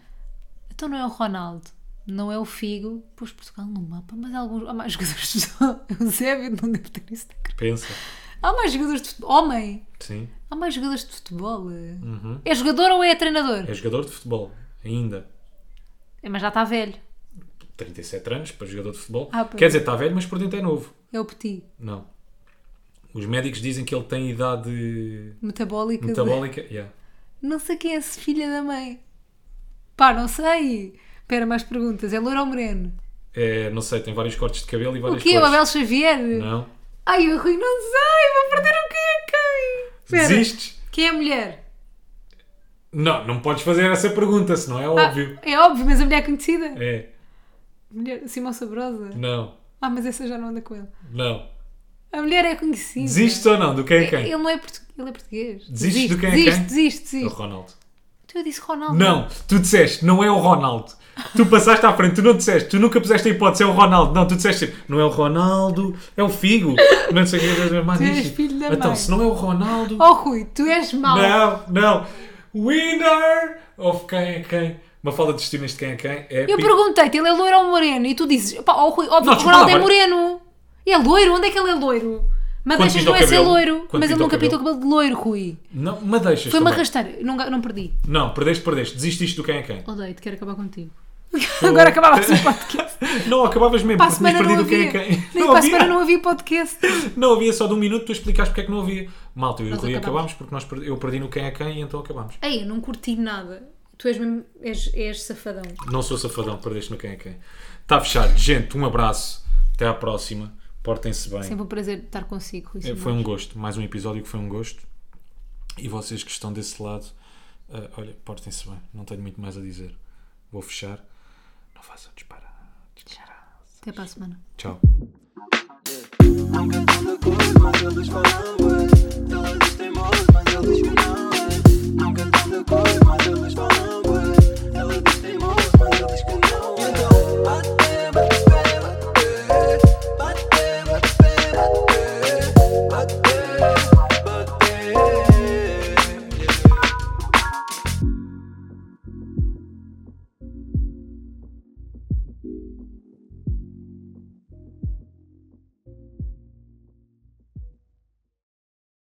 Speaker 1: Então não é o Ronaldo. Não é o Figo. Pôs Portugal no mapa. Mas há alguns. Há mais jogadores de futebol. O Zébio não deve ter isso.
Speaker 2: Pensa.
Speaker 1: Há mais jogadores de futebol. Homem!
Speaker 2: Sim.
Speaker 1: Há mais jogadores de futebol.
Speaker 2: Uhum.
Speaker 1: É jogador ou é treinador?
Speaker 2: É jogador de futebol. Ainda.
Speaker 1: É, mas já está velho.
Speaker 2: 37 anos para jogador de futebol.
Speaker 1: Ah, pois.
Speaker 2: Quer dizer, está velho, mas por dentro é novo.
Speaker 1: É o Petit.
Speaker 2: Não. Os médicos dizem que ele tem idade
Speaker 1: Metabólica. de-
Speaker 2: metabólica. Yeah.
Speaker 1: Não sei quem é esse filho da mãe. Pá, não sei. Espera, mais perguntas. É louro ou moreno?
Speaker 2: É, não sei, tem vários cortes de cabelo e
Speaker 1: O
Speaker 2: várias
Speaker 1: quê? O
Speaker 2: cores.
Speaker 1: Abel Xavier?
Speaker 2: Não.
Speaker 1: Ai, o Rui, não sei. Vou perder o quem é quem. Espera.
Speaker 2: Desistes?
Speaker 1: Quem é a mulher?
Speaker 2: Não, não podes fazer essa pergunta, senão é
Speaker 1: Ah,
Speaker 2: óbvio.
Speaker 1: é óbvio, mas a mulher é conhecida.
Speaker 2: É.
Speaker 1: Mulher, assim, Simão Sabrosa.
Speaker 2: Não.
Speaker 1: Ah, mas essa já não anda com ele.
Speaker 2: Não.
Speaker 1: A mulher é conhecida.
Speaker 2: Desistes ou não? Do quem é
Speaker 1: Ele
Speaker 2: quem?
Speaker 1: não é português. Ele é português.
Speaker 2: Desistes
Speaker 1: Desiste,
Speaker 2: do quem é
Speaker 1: desiste,
Speaker 2: quem?
Speaker 1: Desiste,
Speaker 2: O
Speaker 1: desiste.
Speaker 2: Ronaldo.
Speaker 1: Tu disse Ronaldo.
Speaker 2: Não, tu disseste, não é o Ronaldo. Tu passaste à frente, tu não disseste, tu nunca puseste a hipótese, é o Ronaldo. Não, tu disseste, sempre, não é o Ronaldo, é o Figo. Não sei o que é mais
Speaker 1: Tu és
Speaker 2: isto.
Speaker 1: filho da
Speaker 2: Então,
Speaker 1: mãe.
Speaker 2: se não é o Ronaldo.
Speaker 1: Oh, Rui, tu és mau.
Speaker 2: Não, não. Winner of quem é quem. Uma fala de destinos de quem é quem. É
Speaker 1: Eu
Speaker 2: Pi-
Speaker 1: perguntei-te, ele é loiro ou moreno? E tu dizes, pá, ó Rui, óbvio
Speaker 2: Não,
Speaker 1: que o
Speaker 2: desculpa lá,
Speaker 1: Ronaldo é
Speaker 2: mas-
Speaker 1: moreno. E é loiro? Onde é que ele é loiro? Madeixas
Speaker 2: pinta o
Speaker 1: não é ser
Speaker 2: cabelo?
Speaker 1: loiro,
Speaker 2: Quando
Speaker 1: mas
Speaker 2: pinta
Speaker 1: ele
Speaker 2: o
Speaker 1: nunca pintou o
Speaker 2: cabelo?
Speaker 1: cabelo de loiro, Rui.
Speaker 2: Não, mas deixas.
Speaker 1: Foi-me
Speaker 2: também.
Speaker 1: arrastar, não, ga- não perdi.
Speaker 2: Não, perdeste, perdeste. Desististe do quem é quem.
Speaker 1: Odeio-te, quero acabar contigo. Agora acabava assim o podcast.
Speaker 2: Não, acabavas mesmo,
Speaker 1: Para a
Speaker 2: porque tinhas
Speaker 1: semana não
Speaker 2: perdido o
Speaker 1: havia.
Speaker 2: quem é quem.
Speaker 1: Nem para a semana não havia podcast.
Speaker 2: Não havia só de um minuto, tu explicaste porque é que não havia. Malta, eu e o
Speaker 1: Nós
Speaker 2: Rui
Speaker 1: acabámos.
Speaker 2: acabámos porque nós, per- eu perdi no quem é quem e então acabámos.
Speaker 1: Ei, eu não curti nada. Tu és mesmo, és, és safadão.
Speaker 2: Não sou safadão, perdeste no quem é quem. Está fechado. Gente, um abraço. Até à próxima. Portem-se bem.
Speaker 1: Sempre um prazer estar consigo, Rui.
Speaker 2: É, Foi um gosto. Mais um episódio que foi um gosto. E vocês que estão desse lado, ah, olha, portem-se bem. Não tenho muito mais a dizer. Vou fechar. Não façam disparar.
Speaker 1: Até para a semana.
Speaker 2: Tchau.
Speaker 3: I'm good on the court, my girl is fine.